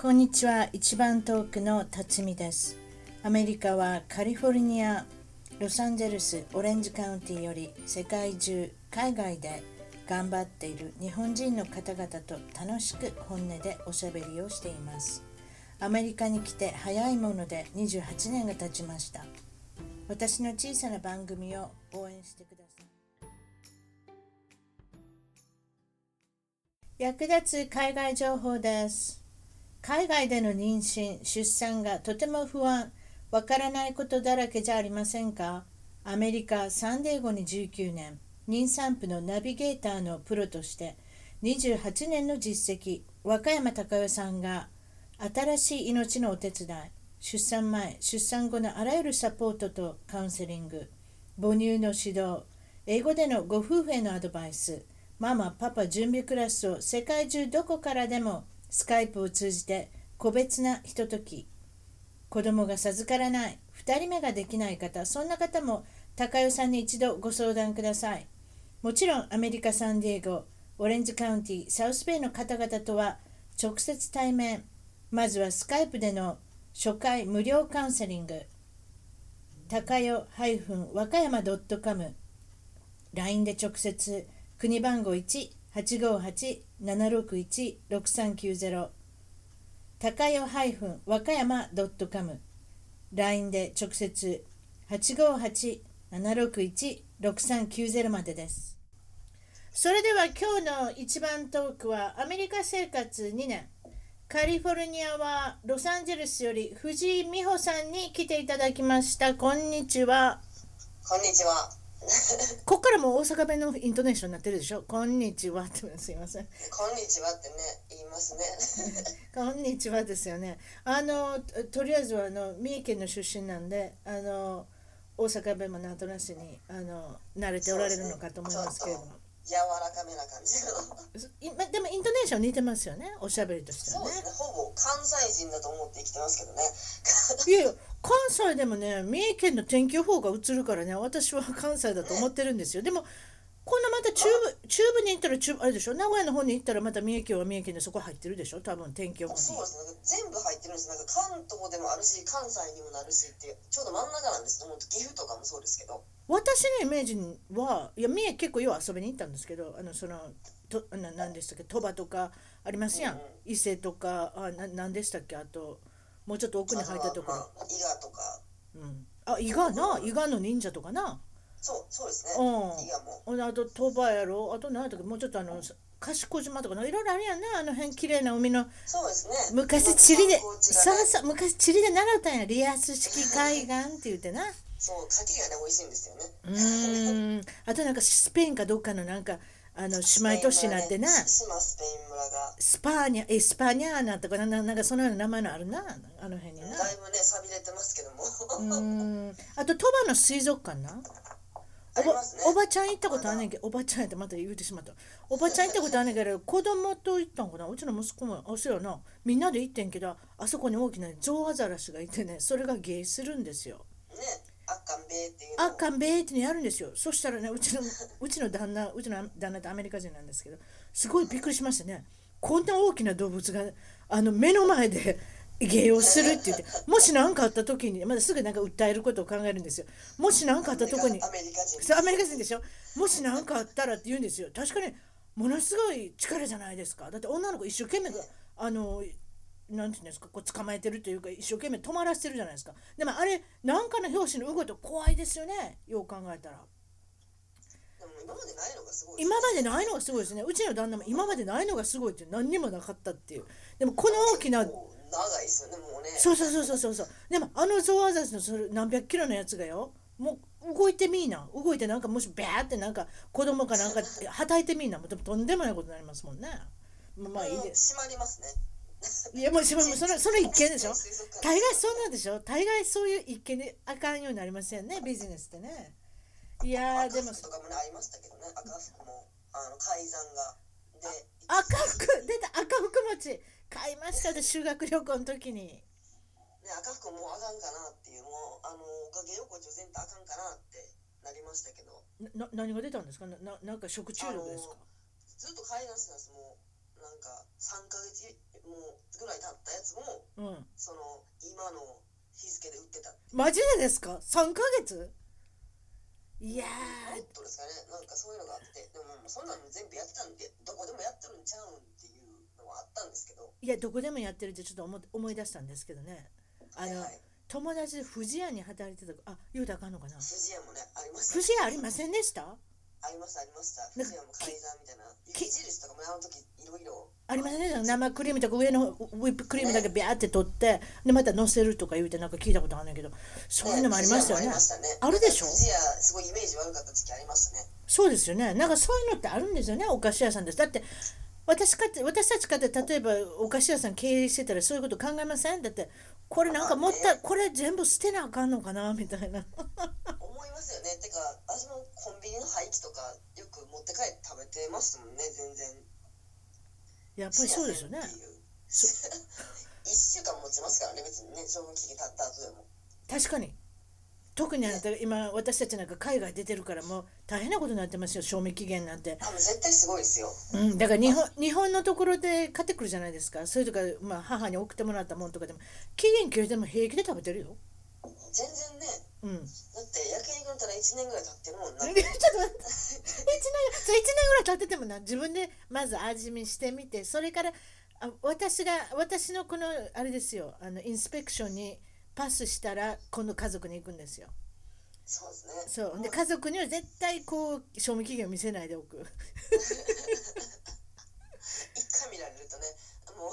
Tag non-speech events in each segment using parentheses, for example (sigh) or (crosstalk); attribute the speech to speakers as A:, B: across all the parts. A: こんにちは一番遠くの辰巳ですアメリカはカリフォルニアロサンゼルスオレンジカウンティより世界中海外で頑張っている日本人の方々と楽しく本音でおしゃべりをしていますアメリカに来て早いもので28年が経ちました私の小さな番組を応援してください役立つ海外情報です海外での妊娠出産がとても不安わからないことだらけじゃありませんかアメリカサンデーゴに19年妊産婦のナビゲーターのプロとして28年の実績若山隆代さんが新しい命のお手伝い出産前出産後のあらゆるサポートとカウンセリング母乳の指導英語でのご夫婦へのアドバイスママパパ準備クラスを世界中どこからでもスカイプを通じて個別なひととき子供が授からない2人目ができない方そんな方も高代さんに一度ご相談くださいもちろんアメリカ・サンディエゴオレンジカウンティサウスベイの方々とは直接対面まずはスカイプでの初回無料カウンセリング高代和歌山 .com LINE で直接国番号18587616390高代和歌山 .com LINE で直接858-761-6390までですそれでは今日の一番トークはアメリカ生活2年カリフォルニアはロサンゼルスより藤井美穂さんに来ていただきましたこんにちは
B: こんにちは。
A: ここからもう大阪弁のイントネーションになってるでしょこんにちはって (laughs) すいません
B: こんにちはってね、言いますね。 (laughs)
A: こんにちはですよね。あのととりあえずはあの三重県の出身なんで、あの大阪弁もなんとなしにあの慣れておられるのかと思いますけれども、
B: 柔らかめな感じの。
A: いまでもイントネーション似てますよね。おしゃべりとして
B: そ
A: は
B: う
A: ね
B: で。すね、ほぼ関西人だと思って生きてますけどね。
A: いやいや関西でもね三重県の天気予報が映るからね私は関西だと思ってるんですよでもこのまた中部中部に行ったら中部あれでしょ名古屋の方に行ったらまた三重県は三重県でそこ入ってるでしょ多分天気予報に
B: そうですね、なんか全部入ってるんです。なんか関東でもあるし、関西にもなるしっていう、ちょうど真ん中なんですね。本当岐阜とかもそうですけど。
A: 私のイメージはいや三重結構よう遊びに行ったんですけどあのそのとななんでしたっけ鳥羽とかありますやん、
B: うん
A: 伊勢とかあななんでしたっけあともうちょっと奥に入ったとこ
B: あ
A: ろ、
B: とはまあ伊賀とか。
A: うん、あ伊賀な伊賀の忍者とかな
B: そう、そうですね。
A: うん
B: 伊賀も。
A: ほんであと鳥羽やろあと何やったっけもうちょっとあの賢島とかないろいろあるやんなあの辺綺麗な海の
B: そうですね。
A: 昔地理で、
B: 観光地
A: そう
B: がね
A: そう昔地理で習ったんやリアス式海岸って言ってな。
B: そう、牡蠣がね、美味しいんですよね。
A: うーんあとなんかスペインかどっかのなんかあの姉妹都市になってな
B: スペイン (laughs) 村ね島スペイン村が。
A: スパーニャエスパニャーナとかなななんかそのような名前のあるなあの辺にな
B: だいぶね、錆びれてますけども。
A: うーんあと鳥羽の水族館な
B: (laughs) ありますね。
A: おばおばちゃん行ったことあんねんけどおばちゃんやってまた言うてしまったおばちゃん行ったことあんねんけど子供と行ったんかなうちの息子もあそうやなみんなで行ってんけどあそこに大きなゾウアザラシがいてねそれが芸するんですよ
B: ね、あっかんべーっていうの
A: あかんべーってやるんですよそしたらねうちのうちの旦那うちの旦那ってアメリカ人なんですけどすごいびっくりしましたねこんな大きな動物があの目の前で (laughs) 芸をするって言ってもし何かあった時にまだすぐなんか訴えることを考えるんですよもし何かあった時に
B: アメリカ人
A: そうアメリカ人でしょもし何かあったらって言うんですよ確かにものすごい力じゃないですかだって女の子一生懸命あのなんていうんですかこう捕まえてるというか一生懸命止まらせてるじゃないですかでもあれ何かの拍子に動いて怖いですよねよう考えたら
B: でも今までないのがすごい
A: 今までないのがすごいですねうちの旦那も今までないのがすごいって何にもなかったっていうでもこの大きな
B: もう長いですよねもうね
A: そうそうそうそうそうそうでもあのゾウアザシのそれ何百キロのやつがよもう動いてみいな動いてなんかもしバーってなんか子供かなんかはたいてみいなもうでもとんでもないことになりますもんねまあまあいい
B: もう
A: です
B: 閉まりますね
A: いやもうそれもうそれそれ一件でしょ
B: 水族館
A: 大概そんなんでしょ大概そういう一件であかんようになりませんねビジネスってねいやーでも
B: 赤福とかもねありましたけどね赤福もあの改ざんがで
A: 赤服出た赤服餅買いましたで修学旅行の時に
B: ね赤福もうあかんかなっていうもうあのおかげ横丁全体あかんかなってなりましたけど
A: な何が出たんですかなななんか食中毒ですか
B: ずっと改ざんしてたんですもうなんか3ヶ月もうぐらい経ったやつも
A: うん。
B: その今の日付で売ってたって
A: マジでですか ?3 ヶ月いや
B: ネットですかねなんかそういうのがあってでももうそんなの全部やってたんでどこでもやってるんちゃうんっていうのはあったんですけど
A: ー、いや、どこでもやってるってちょっと思思い出したんですけどね。あの、
B: はいはい、
A: 友達で不二家に働いてた子、あ、言うたらあかんのかな
B: 不二家もねありました
A: 不二家ありませんでした
B: ありましたありました不
A: なんか
B: 二家もカイザーみたいな
A: き
B: 雪印とかもあの時いろいろ
A: ありませんでした生クリームとか上のウィップクリームだけビャーって取って、で、また乗せるとか言うてなんか聞いたことあるんだけど、そういうのもありましたよね
B: 不二家もありましたね。
A: あるでしょ
B: 不二家すごいイメージ悪かった時期ありま
A: (laughs)
B: したね。
A: そうですよね。なんかそういうのってあるんですよね、お菓子屋さんです。だって私かって私たちかって例えばお菓子屋さん経営してたらそういうこと考えませんだってこれなんかもったいこれ全部捨てなあかんのかなみたいな
B: 思いますよね。てか私もコンビニの廃棄とかよく持って帰って食べてましたもんね全然。
A: やっぱりそうですよね
B: 捨てませんっていう。 (laughs) 一週間持ちますからね別にね賞味期限経った後でも。
A: 確かに特にあなた今私たちなんか海外出てるからもう大変なことになってますよ賞味期限なんて、
B: あもう絶対すごいですよ。
A: うん、だから日本日本のところで買ってくるじゃないですかそれとか、まあ、母に送ってもらったもんとかでも期限切れても平気で食べてるよ、
B: 全然ね
A: うん、
B: だって焼肉のたら一年ぐらい経ってるもんな。
A: (laughs) ちょっ
B: う
A: と待って1年それ一年ぐらい経っててもな自分でまず味見してみてそれからあ私が私のこのあれですよあのインスペクションにパスしたら今度家族に行くんですよ
B: そうですね。
A: そうで家族には絶対こう賞味期限を見せないでおく (laughs)
B: 一回見られるとねも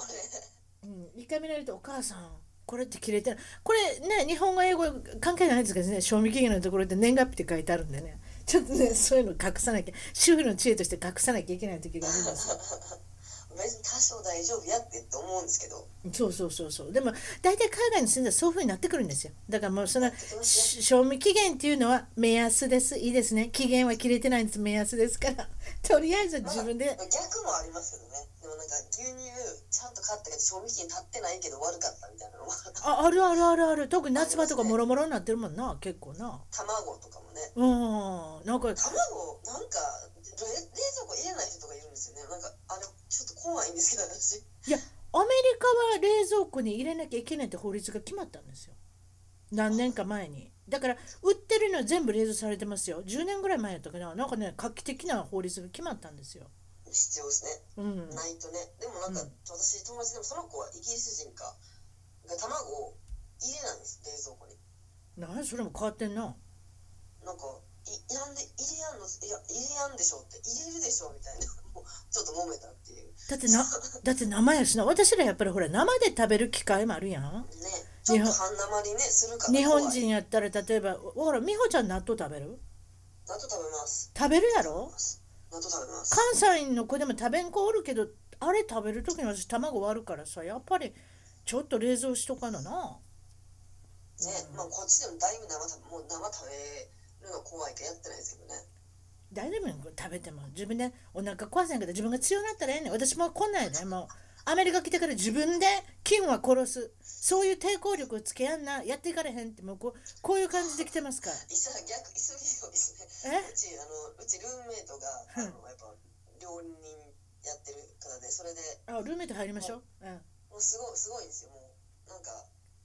B: うね
A: うん一回見られるとお母さんこれって切れてるこれね日本語英語関係ないですけどね賞味期限のところって年月日って書いてあるんでねちょっとねそういうの隠さなきゃ主婦の知恵として隠さなきゃいけない時があるんですよ
B: 別に多少大丈夫やってって思うんですけど。
A: そうそうそうそうでも大体海外に住んだらそういうふうになってくるんですよだからもうその
B: ってますね
A: し賞味期限っていうのは目安ですいいですね期限は切れてないんです目安ですから (laughs) とりあえず自分で
B: まあ逆もありますけどねでもなんか牛乳ちゃんと買ったけど賞味期限経ってないけど悪かったみたいなのは
A: ああるあるあるある特に夏場とかもろもろになってるもんな結構な
B: (laughs) 卵とかもね
A: うんなんか
B: 卵なんか冷冷蔵庫入れない人とかいるんですよねなんかあれちょっと怖いんですけど私
A: いやアメリカは冷蔵庫に入れなきゃいけないって法律が決まったんですよ何年か前にだから売ってるのは全部冷蔵されてますよ10年ぐらい前やったかななんかね画期的な法律が決まったんですよ
B: 必要ですね
A: うん
B: ないとねでもなんか、
A: うん
B: 私友達でもその子はイギリス人かが卵を入れないんです冷蔵庫に
A: 何それも変わってんな
B: なんかいなんで入れやんのいや入れやんでしょって入れるでしょみたいな (laughs) もうちょっと揉めたっていう
A: だってなだって生やしな私らやっぱりほら生で食べる機会もあるやん
B: ねちょっと半生にねするから
A: 日
B: 怖い
A: 本人やったら例えばほら美穂ちゃん納豆食べる
B: 納豆食べます
A: 食べるやろ
B: 納豆食べます
A: 関西の子でも食べん子おるけどあれ食べる時に私卵割るからさやっぱりちょっと冷蔵しとかなな
B: ねまあこっちでもだいぶ生食べもう生食べるの怖いからやってないですけどね
A: 大丈夫やん食べても自分でお腹壊せんけど自分が強なったらええねん私もうこんなんやねもうアメリカ来てから自分で菌は殺すそういう抵抗力をつけやんなやっていかれへんってもうこうこういう感じで来てますから
B: いさ逆急ぎようですね
A: え
B: うちあのうちルームメイト
A: う
B: が
A: ん
B: あのやっぱ料理人やってる方でそれで
A: あルーメイト入りましょう、うん、
B: もうすごいすごいんですよもうなんか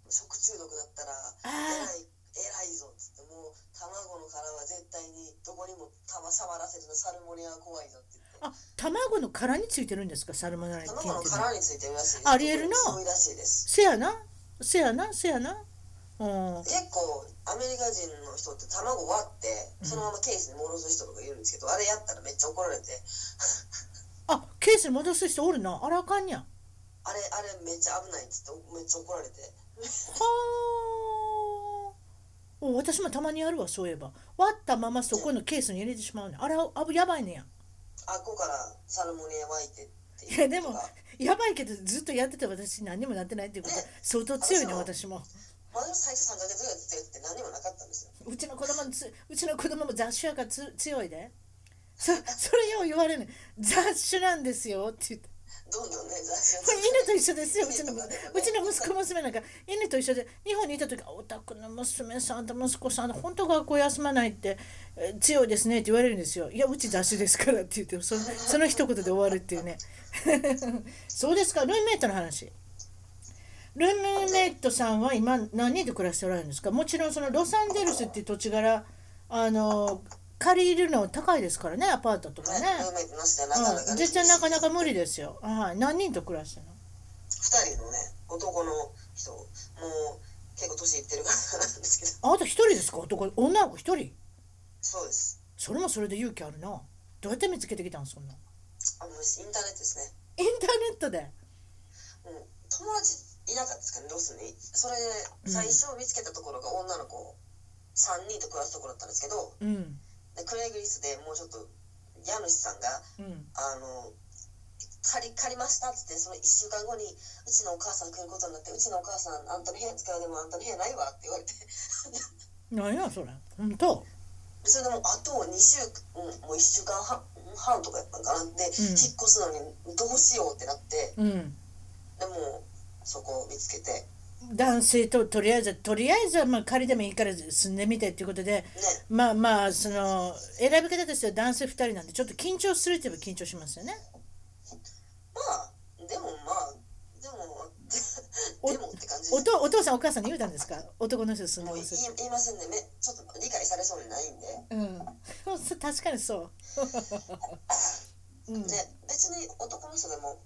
B: 食中毒だったら
A: あ
B: えらい偉いぞっつってもう卵の殻は絶対にどこにもたま触らせるのサルモネアは怖いぞって言って
A: あ卵の殻についてるんですかサルモネラ菌っていうの
B: 卵の
A: は
B: 殻についてるらしいです
A: ありえるな
B: そうらしいです
A: せやなせやなせやなうん
B: 結構アメリカ人の人って卵割ってそのままケースに戻す人とかいるんですけど、あれやったらめっちゃ怒られて
A: あケースに戻す人おるなあらあかんやんは
B: あれあれめっちゃ危ないっつってめっちゃ怒られて
A: あお私もたまにやるわそういえば割ったままそこのケースに入れてしまうねんあらあぶやばいねや
B: あっこからサルモネア湧いてって
A: い
B: い
A: や
B: う
A: で
B: の
A: も
B: が
A: やばいけどずっとやってて私何にもなってないっていうこと相当強いね
B: あそう
A: 私も
B: まだ最初3ヶ月ぐらいずっとやってて何もなかったんですよ
A: うちの子供つうちの子供も雑種やからつ強いでそそれよう言われるね雑種なんですよって言って
B: どんどんね雑誌を
A: これ犬と一緒ですようちの
B: 犬
A: う
B: とかね
A: ちの息子娘なんか犬と一緒で日本にいた時「お宅の娘さんと息子さん本当学校休まないってえー強いですね」って言われるんですよ「いやうち雑種ですから」って言ってそのその (laughs) 一言で終わるっていうねそうですかルイメイトの話ルームメイトさんは今何人で暮らしておられるんですかもちろんそのロサンゼルスっていう土地柄あの借りるの高いですからねアパートとかね、
B: ね、ルームメイトなしではなかなか、
A: うん、絶対なかなか無理ですよ、はい、何人と暮らしてるの
B: 2人のね男の人もう結構年いってるからなんですけど
A: あなた一人ですか男女の子一人
B: そうです
A: それもそれで勇気あるなどうやって見つけてきたんそんな
B: あもうインターネットですね
A: インターネットで
B: もう友達いなかったですかねロスにそれ
A: うん
B: で最初見つけたところが女の子3人と暮らすところだったんですけど
A: うん
B: でクレイグリスでもうちょっと家主さんが
A: うん
B: あの借り借りましたっつってその1週間後にうちのお母さん来ることになってうちのお母さんあんたの部屋使うでもあんたの部屋ないわって言われて
A: 何やそれ本当
B: それでもうあと2週うんもう1週間半半とかやったんかなで、引っ越すのにどうしようってなって
A: うん
B: でもそこを見つけてね
A: 男性ととりあえずとりあえずはまあ仮でもいいから住んでみてっていうことでまあまあその選び方としては男性2人なんでちょっと緊張するといえば緊張しますよね
B: まあでもまあでも (laughs)
A: お
B: でもって感じ
A: お
B: です
A: とお父さんお母さんに言うたんですか男の人住ん
B: も
A: で
B: う
A: ま
B: い
A: すって
B: 言いませんねめちょっと理解されそうにないんで、
A: うん (laughs) そう確かにそう、うん
B: で別に男の人でも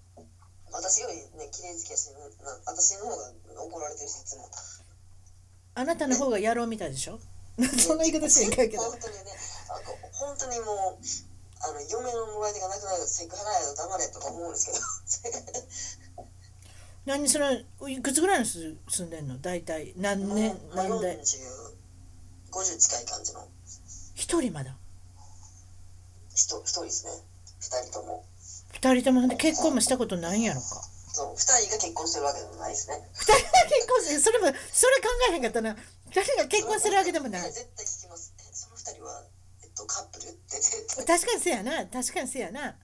B: 私よりね綺麗好きやしな私の方が怒られてるしいつも
A: あなたの方が野郎みたいでし (laughs) ょ (laughs) そんな言い方していかんけど
B: 本当にねあの本当にもうあの嫁のもらい手がなくなるとセクハラやと黙れとか思うんですけど
A: 何それいくつぐらいの人住んでんの大体何
B: (laughs)
A: 年
B: まあ
A: 何代
B: 4050近い感じの
A: 一人まだ
B: 人一人ですね二人とも
A: 二人ともほんで結婚もしたことないんやろか
B: そう二人が結婚してるわけでもないですね
A: 結婚してそれもそれ考えへんかったな二人が結婚してるわけでもない
B: 絶対聞きますえその二人は、えっと、カップルって絶対
A: 確かにせやな確かにせやな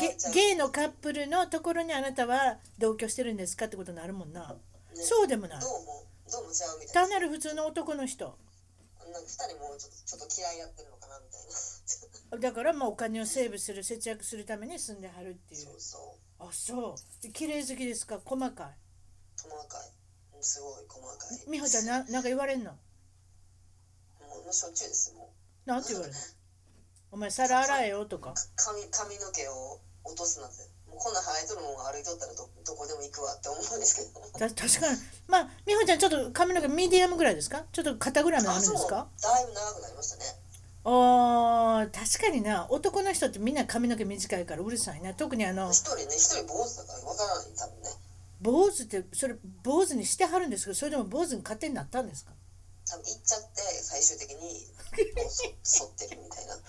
A: ゲゲイのカップルのところにあなたは同居してるんですかってことになるもんな
B: ね
A: そうでもない
B: どうもどうも違うみたい
A: 単
B: な
A: なる普通の男の人
B: なんか二人もちょっとちょっと嫌いやってるのかなみたいなそ
A: だからまあお金をセーブする節約するために住んではるっていう
B: うそう
A: あそうで綺麗好きですか細か
B: 細かいうんすごい細かい
A: い美穂ちゃん
B: も
A: ななんか言われんの
B: うもうしょっちゅうですもう
A: なんて言われるのお前皿洗えよとか
B: 髪髪の毛を落とすなんてもうこんなん生えとるもん歩いとったらどどこでも行くわって思うんですけど
A: た確かにまあ美穂ちゃんちょっと髪の毛ミディアムぐらいですかちょっと肩ぐらいまであるんですか
B: あそうだいぶ長くなりましたね
A: あー確かにな男の人ってみんな髪の毛短いからうるさいな特にあの
B: 一人ね一人坊主だからわからない多分ね
A: 坊主ってそれ坊主にしてはるんですけどそれでも坊主に勝手になったんですか
B: 多分行っちゃって最終的にもうそ剃ってるみたいな
A: そう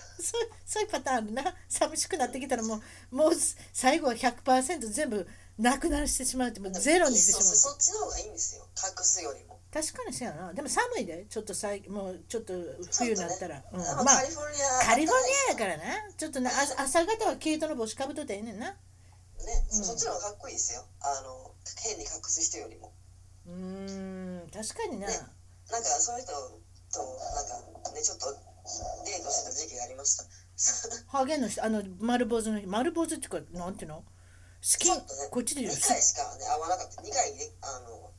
A: そういうパターンあるな寂しくなってきたらもうもう最後は100%全部なくなしてしまうってもう (laughs) ゼロにしてしまう
B: そうそうそっちの方がいいんですよ隠すよりも
A: 確かにそうやなでも寒いでちょっとさいもうちょっと冬になったら、うん、
B: あ
A: まあ
B: カリフォルニア
A: カリフォルニアやからなちょっとなあ朝方は毛糸の帽子かぶっとったらええねんな
B: ね、
A: うん
B: そっちの方がかっこいいですよあの変に隠す人よりも
A: うーん確かにな
B: ねなんかそういう人となんかねちょっとデートしてた時期がありました (laughs) ち
A: ハゲの人あの丸坊主の人丸坊主っていうかなんていうのスキン
B: ょっとね
A: こっちで
B: 2
A: 言う
B: 回しかね会わなかった2回であの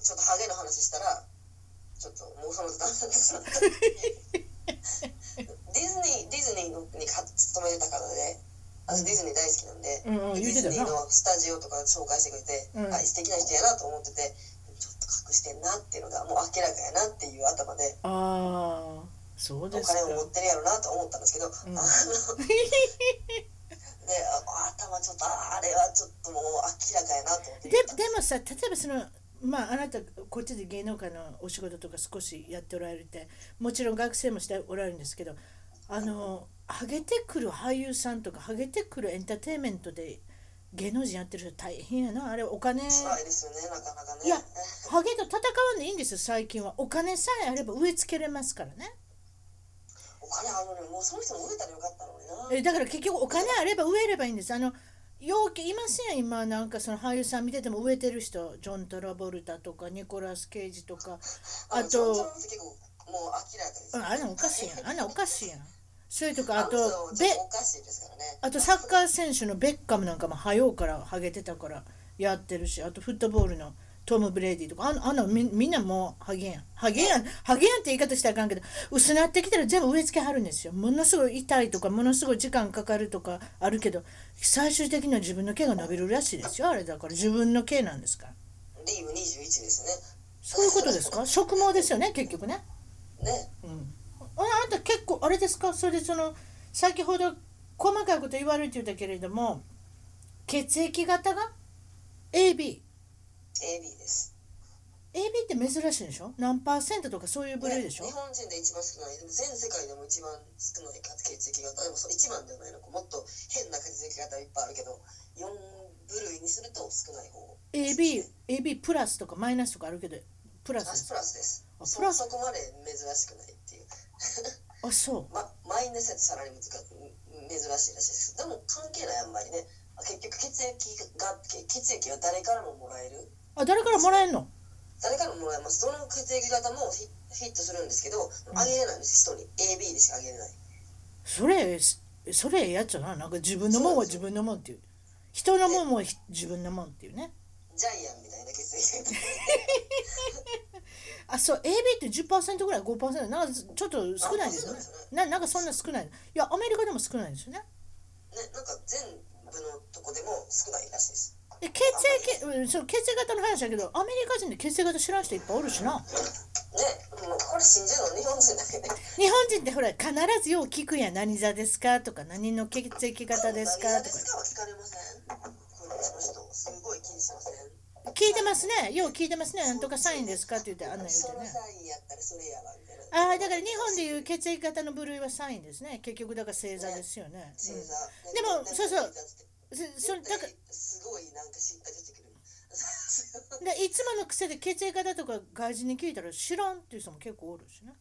B: ちょっとハゲの話したらちょっともうその時ダメ
A: (laughs)
B: だったディズニーディズニーのにか勤めてた方であのディズニー大好きなんで、
A: うんうん
B: デ
A: 言
B: ィ
A: うて
B: ズ
A: た
B: ニー
A: よな
B: のスタジオとか紹介してくれて、
A: うん
B: あ素敵な人やなと思っててちょっと隠してんなっていうのがもう明らかやなっていう頭で
A: ああそう
B: お
A: です
B: 金を持
A: か
B: ってるやろなと思ったんですけど、
A: ん (laughs)
B: あのであ頭ちょっとああれはちょっともう明らかやなと思って
A: で
B: 見
A: で
B: てた
A: もさ例えばそのまああなたこっちで芸能界のお仕事とか少しやっておられてもちろん学生もしておられるんですけどあのハゲてくる俳優さんとかハゲてくるエンターテインメントで芸能人やってる人大変やなあれお金
B: 辛いですよねなかなかね
A: いやハゲと戦わんでいいんですよ最近はお金さえあれば植え付けれますからね
B: お金あるのにもうその人も植えたらよかったのにな
A: えだから結局お金あれば植えればいいんですあの陽気いませんよ今なんかその俳優さん見てても植えてる人ジョン・トラボルタとかニコラス・ケイジとかあ
B: ち
A: と
B: ょっと結構もう明らかです
A: うんあんなおかしいやんあんなおかしいやんそういうとかあ
B: あ
A: と
B: と
A: べ
B: おかしいですからね
A: あとサッカー選手のベッカムなんかも早うからハゲてたからやってるしあとフットボールのトム・ブレイディとかあのあのみみんなもうハゲやんハゲやんハゲやんって言い方したらあかんけど薄なってきたら全部植え付けはるんですよものすごい痛いとかものすごい時間かかるとかあるけど最終的には自分の毛が伸びるらしいですよあれだから自分の毛なんですから
B: リーブ21です
A: そういうことですか植毛ですよね結局ね
B: ねね
A: うんああなた結構あれですかそれでその先ほど細かいこと言われるって言ったけれども血液型が AB
B: AB です
A: AB って珍しいでしょ何パーセントとかそういう部類でしょ、
B: ね日本人で一番少ない全世界でも一番少ない血液型でもそう一番ではないのもっと変な血液型いっぱいあるけど4部類にすると少ない方
A: AB, AB プラスとかマイナスとかあるけどプラ
B: あ
A: ス
B: プラスです
A: あ
B: そ
A: プラス
B: そこまで珍しくないっていう
A: あそう
B: ま、マイナスやとさらに難し珍しいらしいですでも関係ないあんまりねあ結局血液が血液は誰からももらえる
A: あ誰からもらえんの
B: 誰からももらえますどの血液型もヒヒットするんですけど
A: ん
B: あげれないんです人に AB でしかあげれない
A: それそれええやっちゃななんか自分のもんは自分のもんっていう人のもんもひ自分のもんっていうね
B: ジャイアンみたいな血液型
A: あそう AB って10%ぐらい5%なんかちょっと少ないですよね
B: あそうなんです
A: ななんかそんな少ないいやアメリカでも少ないですよね
B: ねなんか全部のとこでも少ないらしいです
A: で血液うんそう血液型の話だけどアメリカ人で血液型知らん人いっぱいおるしな
B: ねもうこれ信じるの日本人だけで
A: 日本人ってほら必ずよう聞くやん何座ですかとか何の血液型ですか
B: 何
A: と
B: で
A: か
B: すかは聞かれませんこの人すごい気にしません
A: 聞いてますねよう聞いてますねなんとかサインですかって言ってあんなん言
B: そうの
A: てね
B: サインやったらそれやわみたいな
A: ああだから日本でいう血液型の部類はサインですね結局だから星座ですよね、
B: 星座
A: でもそうそううん、そそ
B: そ
A: れ
B: れ
A: だ
B: だ
A: か
B: からすごいなんか知った出てくるね
A: らいつもの癖で血液型とか外人に聞いたら知らんっていう人も結構おるしね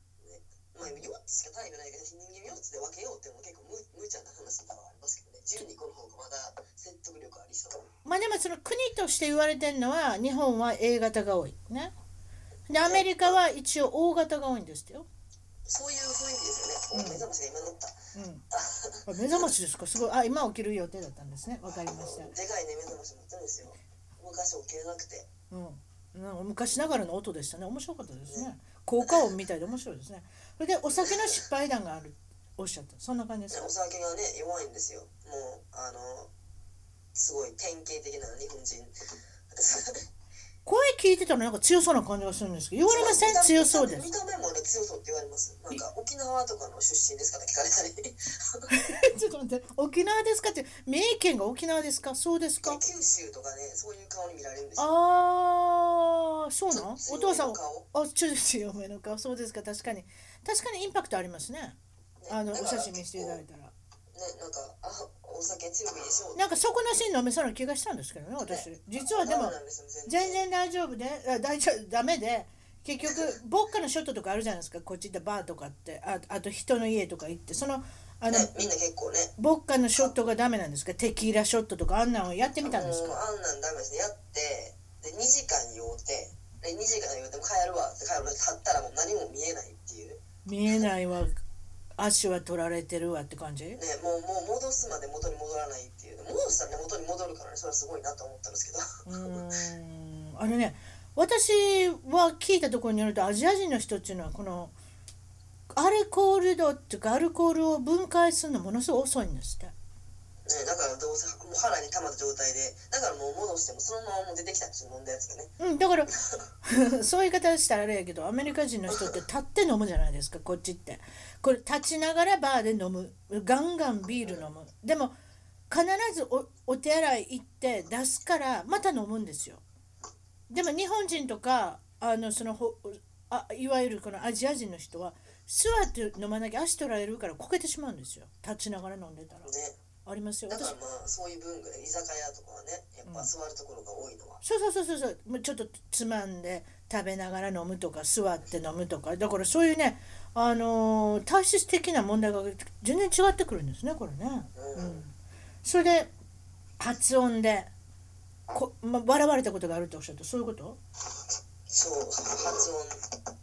B: まあ4つしかタイプないけど人間4つで分けようっても結構む無茶な話ではありますけどね12個の方がまだ説得力ありそう
A: まあでもその国として言われてるのは日本は A 型が多いねでアメリカは一応 O 型が多いんですってよ、
B: そういう雰囲気ですよ
A: う
B: ね、
A: ん
B: お目覚ましが今乗った
A: うん、あ目覚ましですかすごいあ今起きる予定だったんですねわかりました
B: でかいね目覚まし持ってるんですよ昔起きれなくて
A: うん、なんか昔ながらの音でしたね面白かったですね効果音みたいで面白いですねそれでお酒の失敗談があるおっしゃったそんな感じです
B: ね
A: か
B: お酒がね弱いんですよもうあのすごい典型的な日
A: (laughs)
B: 本人
A: 声聞いてたらなんか強そうな感じがするんですけど言われません強そうです (laughs)
B: 見た目もね強そうって言われますなんか沖縄とかの出身ですから聞かれたり
A: ちょっと待って沖縄ですかって三重県が沖縄ですかそうですか
B: 九州とかねそういう顔に見られるんですよ
A: ああそうなんお
B: そう
A: 父さん
B: 強い顔
A: あちょっと強めの顔そうですか確かに確かにインパクトありますね
B: ね
A: あのお
B: だから
A: 写真見せていただいたら
B: ねなんかあお酒強いでしょ
A: なんか底なしに飲めそうな気がしたんですけどね私実はでも
B: なんですよ
A: 全然大丈夫であ大丈夫ダメで結局ボッカのショットとかあるじゃないですかこっち行ってバーとかってああと人の家とか行ってそのあの
B: ねみんな結構ね
A: ボッカのショットがダメなんですかテキーラショットとかあんなのやってみたんです
B: もう
A: か
B: あんなんダメですねやってで2時間酔うてで2時間酔うても帰るわって帰るわって立ったらもう何も見えないっていう
A: 見えないわ足は取られてるわって感じ
B: ねもうもう戻すまで元に戻らないっていう戻したらね元に戻るからねそれはすごいなと思ったんですけど (laughs)
A: うーんあのね私は聞いたところによるとアジア人の人っていうのはこのアルコール度っていうかアルコールを分解するのものすごい遅いんですって。
B: ねだからどうせもう腹に溜まった状態でだからもう戻してもそのままもう出てきたっていう飲んだやつがね
A: うん、だから (laughs) そういう言い方したらあれやけどアメリカ人の人って立って飲むじゃないですかこっちってこれ立ちながらバーで飲むガンガンビール飲むでも必ずおお手洗い行って出すからまた飲むんですよでも日本人とかあのそのほあいわゆるこのアジア人の人は座って飲まなきゃ足取られるからこけてしまうんですよ立ちながら飲んでたら
B: ね
A: ありますよ
B: だか
A: 私
B: らまあそういう文具で居酒屋とかはねやっぱ座るところが多いのは、
A: そうそうそうそうそうもうちょっとつまんで食べながら飲むとか座って飲むとかだからそういうねあのー体質的な問題が全然違ってくるんですねこれね、
B: う
A: うんん、それで発音でこ、ま、笑われたことがあるとおっしゃってそういうこと
B: そう発音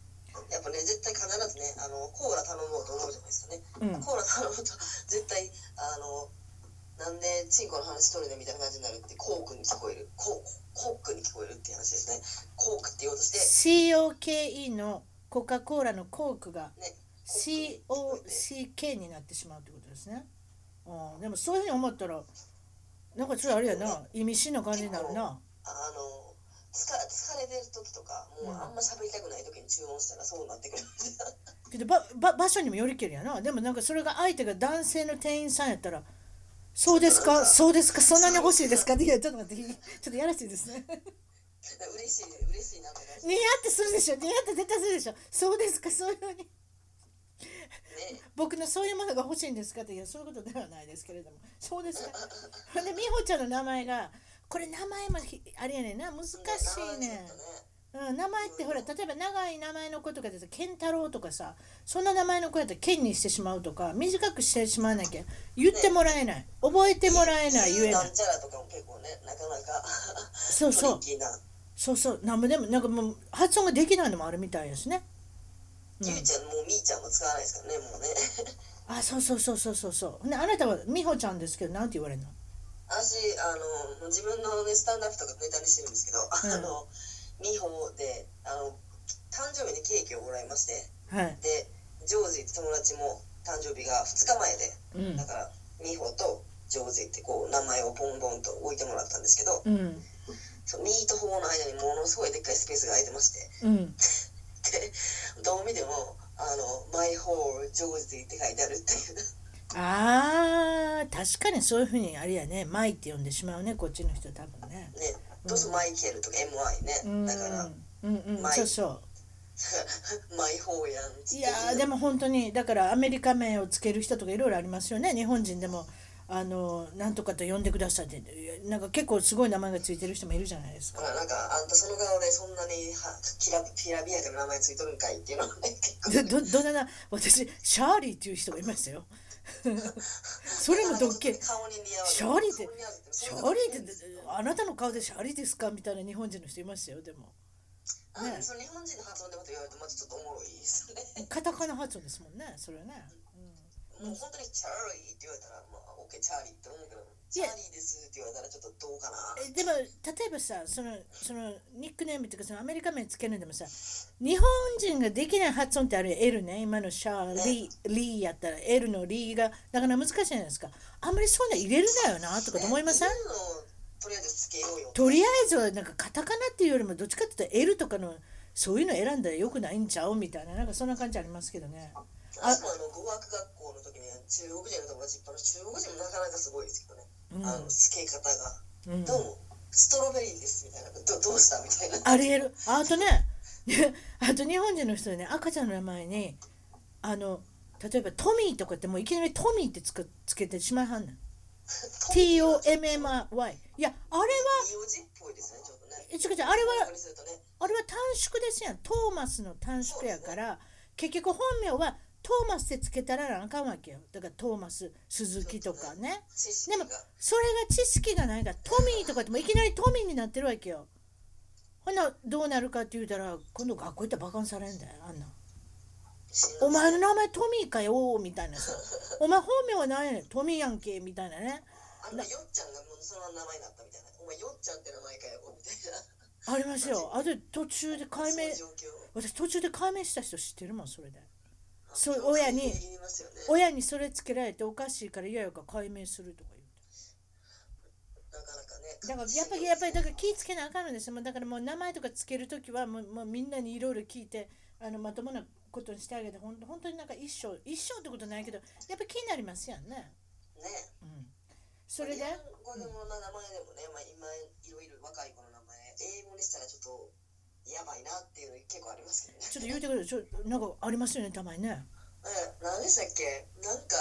B: やっぱね絶対必ずねあのコーラ頼もうと思うじゃないですかね、
A: うん
B: コーラ頼むと絶対あのなんでチンコの話しとるねみたいな感じになるってコークに聞こえるコーコークに聞こえるっていう話ですねコうとして、
A: COKE のコカ・コーラのコークが
B: ね、
A: COCK になってしまうってことですね。うん、でもそういうふうに思ったらなんかちょっとあれやな意味深な感じになるな。
B: あの疲疲れてる時とか、もうあんま喋りたくない時に注文したらそうなってくる。
A: けどばば場所にもよりけりやな。でもなんかそれが相手が男性の店員さんやったらそうですかそうですかそんなに欲しいですかっていやちょっと待ってちょっとやらしいです (laughs) ね。
B: (laughs) 嬉しい嬉しいなとかね
A: 似合ってするでしょ似合って絶対するでしょそうですかそういうふうに僕のそういうものが欲しいんですかっていやそういうことではないですけれどもそうですかほんで美穂ちゃんの名前がこれ名前もひあれやねんな難しいねん
B: ちょっと
A: うん、名前ってほら例えば長い名前の子とかでさ健太郎とかさそんな名前の子やったら健にしてしまうとか短くしてしまわなきゃ言ってもらえない覚えてもらえない言えな
B: ないんちゃらとかも結構ねなかなか
A: そうそう
B: トリッキーな、
A: そうそうなんもでもなんかもう発音ができないのもあるみたいですねうん
B: ゆうちゃんもうみーちゃんも使わないですからねもうね
A: あそうそうそうそうそうそうほんであなたは美穂ちゃんですけどなんて言われるの
B: 私あのもう自分のねスタンドアップとかネタにしてるんですけど、あのみほであの誕生日にケーキをもらいまして
A: はい、
B: でジョージって友達も誕生日が2日前で
A: うん
B: だから美穂とジョージってこう名前をボンボンと置いてもらったんですけど
A: うん
B: そのミーとホーの間にものすごいでっかいスペースが空いてまして
A: うん、
B: でどう見ても「あのマイホールジョージ」って書いてあるっていう
A: あー確かにそういうふうにあれやね「マイ」って呼んでしまうねこっちの人多分ね
B: ねどうせマイケルとか MI
A: う
B: ね
A: ん
B: だから (laughs)
A: うんうん
B: マイ
A: そうそ
B: 「マイホーやん」って
A: うい
B: 言
A: や
B: っ
A: ー
B: て
A: でも本当にだからアメリカ名をつける人とかいろいろありますよね日本人でもあのなんとかと呼んでくださいってなんか結構すごい名前がついてる人もいるじゃないです
B: ほ
A: から
B: なんかあんたその顔でそんなにはきらきらびやかな名前ついとるんかいっていうのがね結構
A: どどどんなな私シャーリーっていう人がいましたよ (laughs) それもドッキリ
B: 顔に似合う
A: シャーリーって
B: 顔に似合う
A: シャ
B: そん
A: ー
B: なこと
A: リーっ
B: 言うん
A: て
B: ですよ
A: あなたの顔でシャーリーですかみたいな日本人の人いましたよでも
B: あ
A: ね
B: その日本人の発音でまた言われるとまたちょっとおもろいですね。
A: カタカナ発音ですもんねそれはね、
B: もう本当にチャーリーって言われたら、まあ、オッケー、チャーリーって思うけど、チャーリーですって言われたらちょっとどうかな。
A: うんえでも例えばさそのそのニックネームっていうかそのアメリカ名つけるのでもさ日本人ができない発音ってあれ L ね今のシャーリーリーやったら L のリーがなかなか難しいじゃないですかあんまりそういうの入れるなよなとかと思いません
B: ねそういうのをとりあえずつけようよ。
A: とりあえずはなんかカタカナっていうよりもどっちかって言ったら L とかのそういうの選んだらよくないんちゃうみたいななんかそんな感じありますけどねあ
B: 私もあの語学学校の時に中国人の友達いっぱいの中国人もなかなかすごいですけどね、
A: うん
B: あのつけ方が、
A: うん
B: どうもストロベリーですみたいなどどうしたみたいな
A: ありえるああとね (laughs) あと日本人の人でね赤ちゃんの名前にあの例えばトミーとかってもういきなりトミーってつくつけてしまいはんねん TOMMY いやあれは
B: 用字っぽいですねちょっとね
A: え違う違うあれは
B: こにするとね
A: あれは短縮ですやんトーマスの短縮やから結局本名はトーマスってつけたらあかんわけよだからトーマス鈴木とかね
B: 知識
A: で
B: が
A: もそれが知識がないからトミーとかってもういきなりトミーになってるわけよほなどうなるかって言うたら今度学校行ったらバカにされんだよあんなん
B: しんど
A: お
B: い
A: 前の名前トミーかよみたいなさお前本名は何やねんトミーやんけみたいなね
B: あのよっちゃんがもうその名前になったみたいなお前よっちゃんって名前かよみたいな
A: ありますよあと途中で解明
B: そういう状況
A: 私途中で解明した人知ってるもんそれで
B: あ
A: そう親に
B: 言いますよね
A: 親にそれつけられておかしいから嫌やから解明するとか言う
B: なかな
A: だか
B: かね
A: らやっぱりやっぱりだから気ぃつけなあかんのですよもうだからもう名前とかつけるときはもうもうみんなにいろいろ聞いてあのまともなことにしてあげてほん本当になんか一生一生ってことないけどやっぱ気になりますやんね、
B: ね
A: うん、それで
B: 日本語でもな名前でもね、まあ、今いろいろ若い子の名前英語にしたらちょっとやばいなっていうの結構ありますけどね
A: ちょっと言うてくれちょなんかありますよねたまにね
B: え何でしたっけなんか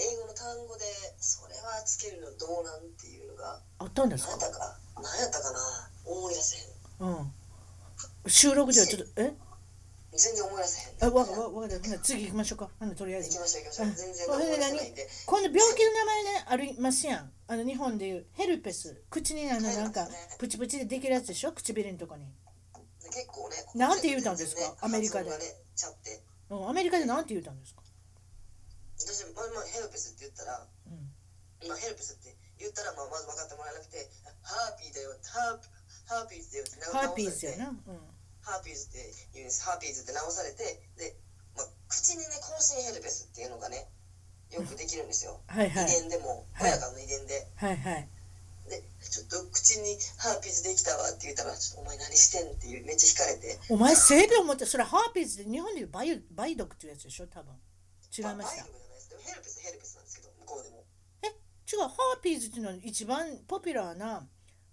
B: 英語の単語でそれはつけるのどうなんっていうのが
A: あったんです
B: 何やっ
A: か、
B: たか何やったかな思い出せへ
A: うん、
B: ん
A: 収録ではちょっとえ
B: 全然思い出せへん
A: あわ
B: 行
A: かわわかったほな次行きましょうかあのとりあえず
B: きましょう行きましょう全然
A: こ
B: 思い
A: れで
B: 出せ
A: 何
B: ないんで
A: 今度病気の名前ねありますやんあの日本でいうヘルペス口にあのなんか
B: ヘルペスね
A: プチプチでできるやつでしょ唇のとこに、
B: 結構ね
A: なんて言うたんですか
B: ね
A: アメリカで
B: 発音がねちゃって
A: うん、アメリカでなんて言うたんですか、
B: 私も、まあ、ヘルペスって言ったら
A: うん、
B: まあ、ヘルプスって言ったらまあまず分かってもらえなくて、ハーピーだよ、ハーピー、ハーピーだよって
A: ハーピーズや
B: な。
A: な、うん、
B: ハーピーズって言うんですハーピーズって直されてで、まあ、口にね口唇ヘルペスっていうのがねよくできるんですよ
A: はい
B: 遺
A: はい
B: 伝でも
A: はい
B: 親からの遺伝で、
A: はいはい
B: でちょっと口にハーピーズできたわって言ったら「ちょっとお前何してん?」っていうめっちゃ惹かれて
A: お前性病持ってそれハーピーズで日本でいうバイバイ毒っていうやつでしょ多分違い
B: まあ
A: ました
B: バイオじゃないですでもヘルペスヘルペスなんですけど向こうでも
A: 違うハーピーズっていうのは一番ポピュラーな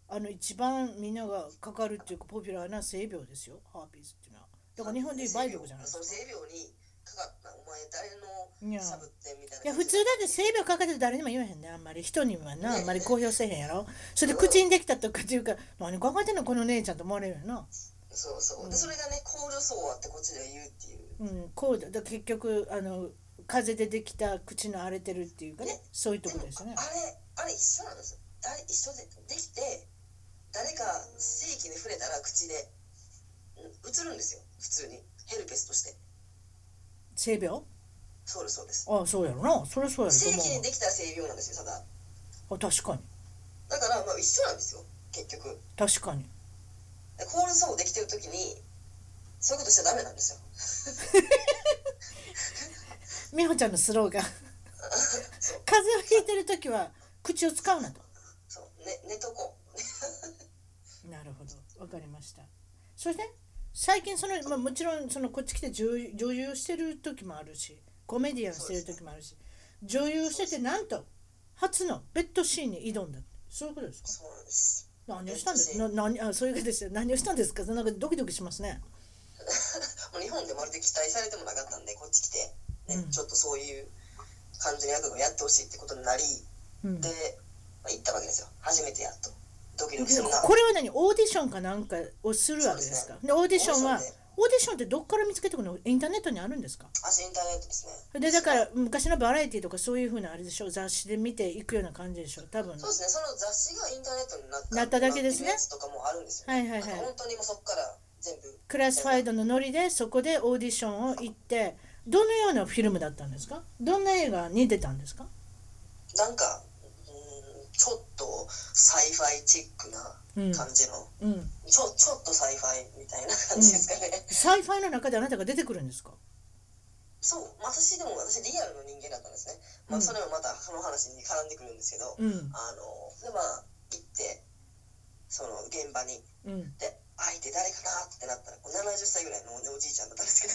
A: あの一番みんながかかるっていうかポピュラーな性病ですよハーピーズっていうのはだから日本でいう梅毒じゃないです
B: そ
A: か
B: の性病にかかったお前誰の
A: いや
B: サブってんみたいない
A: や普通だって性病かけて誰にも言えへんねあんまり人にはな
B: ね
A: あんまり公表せへんやろそれで口にできたとかっていうから何考えてんのこの姉ちゃんと思われるよな
B: そうそう、
A: うん
B: でそれがね高度層はってこっちでは言うっていう
A: うんこうだだから結局あの風邪でできた口の荒れてるっていうかね
B: ね
A: そういうと
B: で
A: こ
B: も
A: ですね
B: あれあれ一緒なんですよあれ一緒でできて誰か性器に触れたら口でうんうつるんですよ普通にヘルペスとして
A: 性病
B: そうですそうです
A: ああそうやろなそりゃそうやろ
B: 性器に
A: と
B: できたら性病なんですよただ
A: 思うあ確かに
B: だからまあ一緒なんですよ結局
A: 確かに
B: でコールソーできてる時にそういうことしちゃダメなんですよ (laughs)
A: 美穂ちゃんのスローガン (laughs)
B: そう
A: 風邪をひいてる時は口を使うなと
B: そう、ね、寝とこう
A: なるほどわかりましたそして最近その、まあ、もちろんそのこっち来て女優女優をしてる時もあるしコメディアンしてる時もあるし女優をしててなんと初のベッドシーンに挑んだそういうことですか
B: そうなんです (laughs)
A: 何をしたんですな何あそういうことですよ何をしたんですかなんかドキドキしますね
B: もう日本でまるで期待されてもなかったんでこっち来て、ね
A: うん
B: ちょっとそういう感じの役をやってほしいってことになり
A: うん
B: で、まあ、行ったわけですよ初めてやっとドキドキするな
A: これは何オーディションかなんかをするわけですかでオーディションは
B: オーディションで
A: オーディションってどっから見つけてくるのインターネットにあるんですか
B: 足インターネットですね
A: でだから昔のバラエティとかそういうふうなあれでしょ雑誌で見ていくような感じでしょ多分
B: そうですねその雑誌がインターネットになった
A: なっただけですね
B: なってるやつとかもあるんですよ、
A: はいはいはい
B: なんか本当にもうそこから全部
A: クラスファイドのノリでそこでオーディションを行ってどのようなフィルムだったんですかどんな映画に出たんですか
B: なんかうーんちょっとサイファイチックな
A: うん、
B: 感じの、
A: うん、
B: ちょちょっとサイファイみたいな感じですかね、
A: サイファイの中であなたが出てくるんですか
B: (laughs) そう私でも私リアルの人間だったんですね、ま
A: う
B: あ、
A: ん
B: それもまたその話に絡んでくるんですけど、
A: うん
B: あのでまあ行ってその現場に
A: うん
B: で相手誰かなってなったらこう70歳ぐらいの、ね、おじいちゃんだったんですけ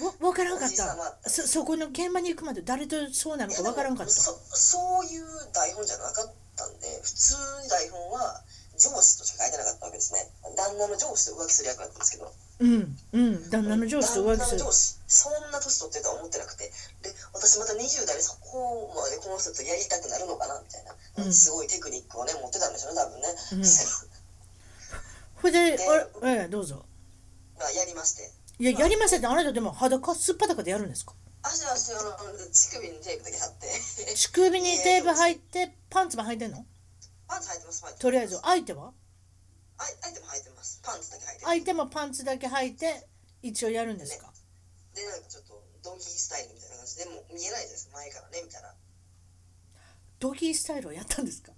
B: ど
A: わ分からんかっ
B: おじいさんは
A: たそそこの現場に行くまで誰とそうなのか分からんかっ
B: いやでも
A: た
B: そそういう台本じゃなかったんで普通に台本は上司としか書いてなかったわけですね旦那の上司と浮気する役だったんですけど
A: うんうん旦那の上司と浮気す
B: 旦那
A: る
B: の上司そんな年取ってるとは思ってなくてで私また20代でそこまでこの人とやりたくなるのかなみたいな、
A: うん
B: すごいテクニックをね持ってたんでしょうね多分ね、
A: うんほいであれええどうぞ
B: (laughs) まあやりまして
A: いややりませんってあなたでも裸すっぱだかでやるんですか
B: 足足あの乳首にテープだけ貼って (laughs)
A: 乳首にテープ履いてパンツも履いてんの
B: パンツ履いてますパンツ
A: とりあえず相手は
B: あい相手も履いてますパンツだけ履いてる
A: 相手もパンツだけ履いて一応やるんですか
B: でなんかちょっとドンキースタイルみたいな感じでもう見えないじゃないですか前からねみたいな
A: ドギースタイルをやったんですか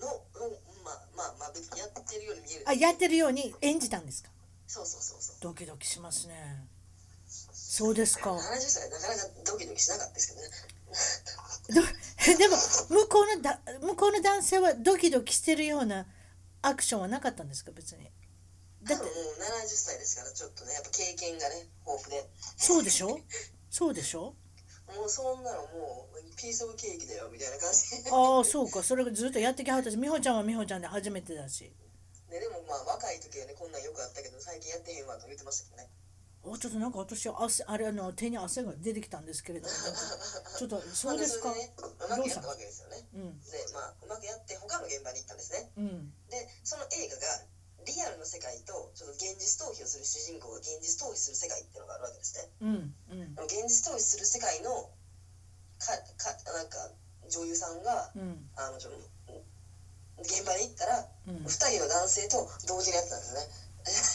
B: の、うん、まあまあまあ別にやってるように見える
A: あやってるように演じたんですか
B: そうそうそうそう
A: ドキドキしますねそうですか
B: 70歳なかなかドキドキしなかったですけどね
A: ど (laughs) でも向こうのだ向こうの男性はドキドキしてるようなアクションはなかったんですか別に (laughs) だっ
B: 多
A: て
B: 分もう70歳ですからちょっとねやっぱ経験がね豊富で
A: そうでしょそうでしょ
B: もうそんなのもうピースオブケーキだよみたいな感じで (laughs)
A: ああそうかそれがずっとやってきはったし美穂ちゃんは美穂ちゃんで初めてだし
B: ででもまあ若い時はねこんなんよくあったけど最近やってへんわと言ってましたけどね
A: おちょっとなんか私汗あれあの手に汗が出てきたんですけれどもなんかちょっとそうですか
B: まあでそれでねうまくやったわけですよね
A: うん
B: でまあうまくやって他の現場に行ったんですね
A: うん
B: でその映画がリアルの世界とちょっと現実逃避をする主人公が現実逃避する世界っていうのがあるわけですね
A: うんうん
B: でも現実逃避する世界のかかなんか女優さんが
A: うん
B: あのちょ現場に行ったら
A: うん
B: 2人の男性と同時にやってたんです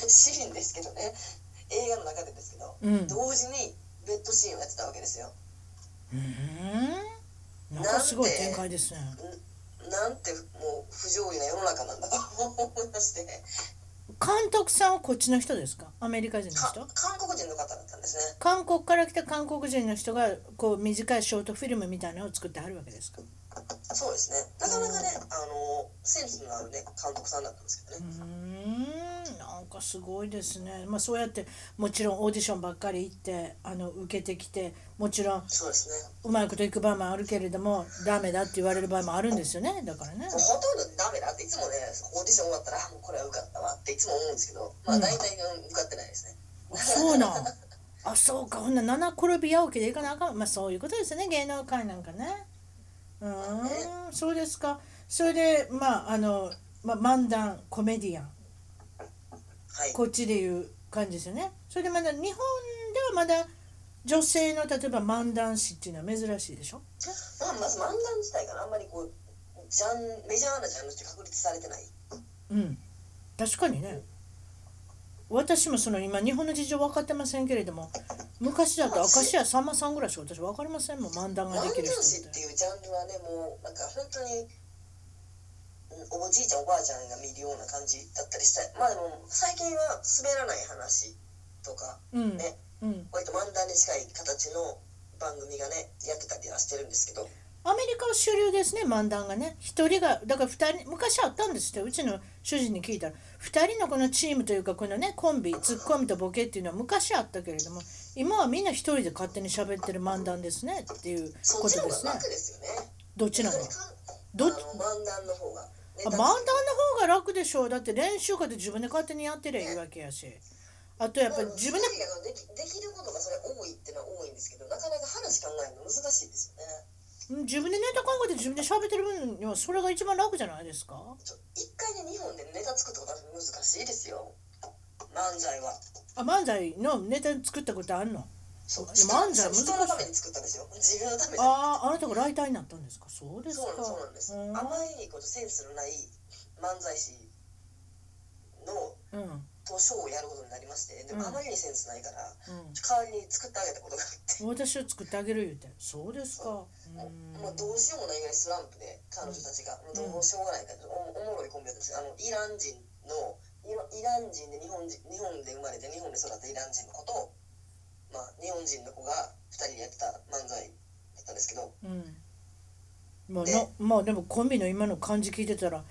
B: ね (laughs) シーンですけどね映画の中でですけど
A: うん
B: 同時にベッドシーンをやってたわけですよ
A: うんなんかすごい展開ですね
B: なんてもう不条理な世の中なんだと思いまして
A: 考監督さんはこっちの人ですかアメリカ人の
B: か
A: 人
B: 韓国人の方だったんですね
A: 韓国から来た韓国人の人がこう短いショートフィルムみたいなのを作ってあるわけですか
B: そうですねなかなかねあのセンスのあるね監督さんだったんですけど
A: う
B: ね
A: ーんなんかすごいですね、まあ、そうやってもちろんオーディションばっかり行ってあの受けてきてもちろん
B: そうですね
A: うまいこといく場合もあるけれどもダメだって言われる場合もあるんですよねだからね
B: もうほとんどダメだっていつもねオーディション終わったらあもうこれは受かったわっていつも思うんですけどまあ大体うん受かってないですね
A: あそう
B: (laughs)
A: なんあそうかほんなら七転び八起きでいかなあかんまあそういうことですね芸能界なんかねうーんそうですかそれでまああの、まあ、漫談コメディアン
B: はい
A: こっちでいう感じですよねそれでまだ日本ではまだ女性の例えば漫談師っていうのは珍しいでしょ
B: まあまず漫談自体があんまりこうジャンメジャーなジャンルって確立されてない
A: うん確かにね私もその今日本の事情分かってませんけれども昔だと明石家さんまさんぐらいしか私分かりませんもん漫談が
B: 漫
A: できる
B: 談師
A: 人
B: っ
A: って
B: ていうジャンルはねもうなんか本当にうんおじいちゃんおばあちゃんが見るような感じだったりしたまあでも最近は滑らない話とか
A: うん
B: ね
A: うん
B: 割と漫談に近い形の番組がねやってたりはしてるんですけど
A: アメリカは主流ですね漫談がね一人がだから二人昔あったんですってうちの主人に聞いたら二人のこのチームというかこのねコンビツッコミとボケっていうのは昔あったけれども今はみんな一人で勝手に喋ってる漫談ですねっていう
B: そ
A: こ
B: っち
A: と
B: の
A: で
B: 方
A: すね
B: が楽ですよね
A: どっちなの
B: どっ
A: どっち
B: あの漫談の方がネ
A: あ漫談
B: タ
A: の方が楽でしょうだって練習家で自分で勝手にやってりゃいいわけやしあとやっぱり自分で
B: 一人ができできることがそれ多いっていうのは多いんですけどなかなか話考えるの難しいですよね
A: 自分でネタ考えて自分で喋ってる分にはそれが一番楽じゃないですか
B: ちょ一回で日本でネタ作ったことあるの難しいですよ漫才は
A: あ漫才のネタ作ったことあんの
B: そう
A: いや漫才
B: 人
A: 難しい
B: のために作ったんですよ自分のためじゃない
A: あああなたがライターになったんですかそうです
B: そう
A: か
B: なんですそうなんです甘いことセンスのない漫才師の
A: うんうん
B: とショーをやることになりましてで
A: うん
B: もあまりにセンスないから代わりに作ってあげたことがあって、
A: うん私を作ってあげる言うてそうですかう
B: も
A: ん
B: うもうどうしようもないぐらいスランプで彼女たちが、もうどうしようがないからおおもろいコンビだったんですよあのイラン人のイライラン人で日本人日本で生まれて日本で育ったイラン人の子と、まあ、日本人の子が2人でやってた漫才だったんですけど
A: うんもうのまあでもコンビの今の感じ聞いてたら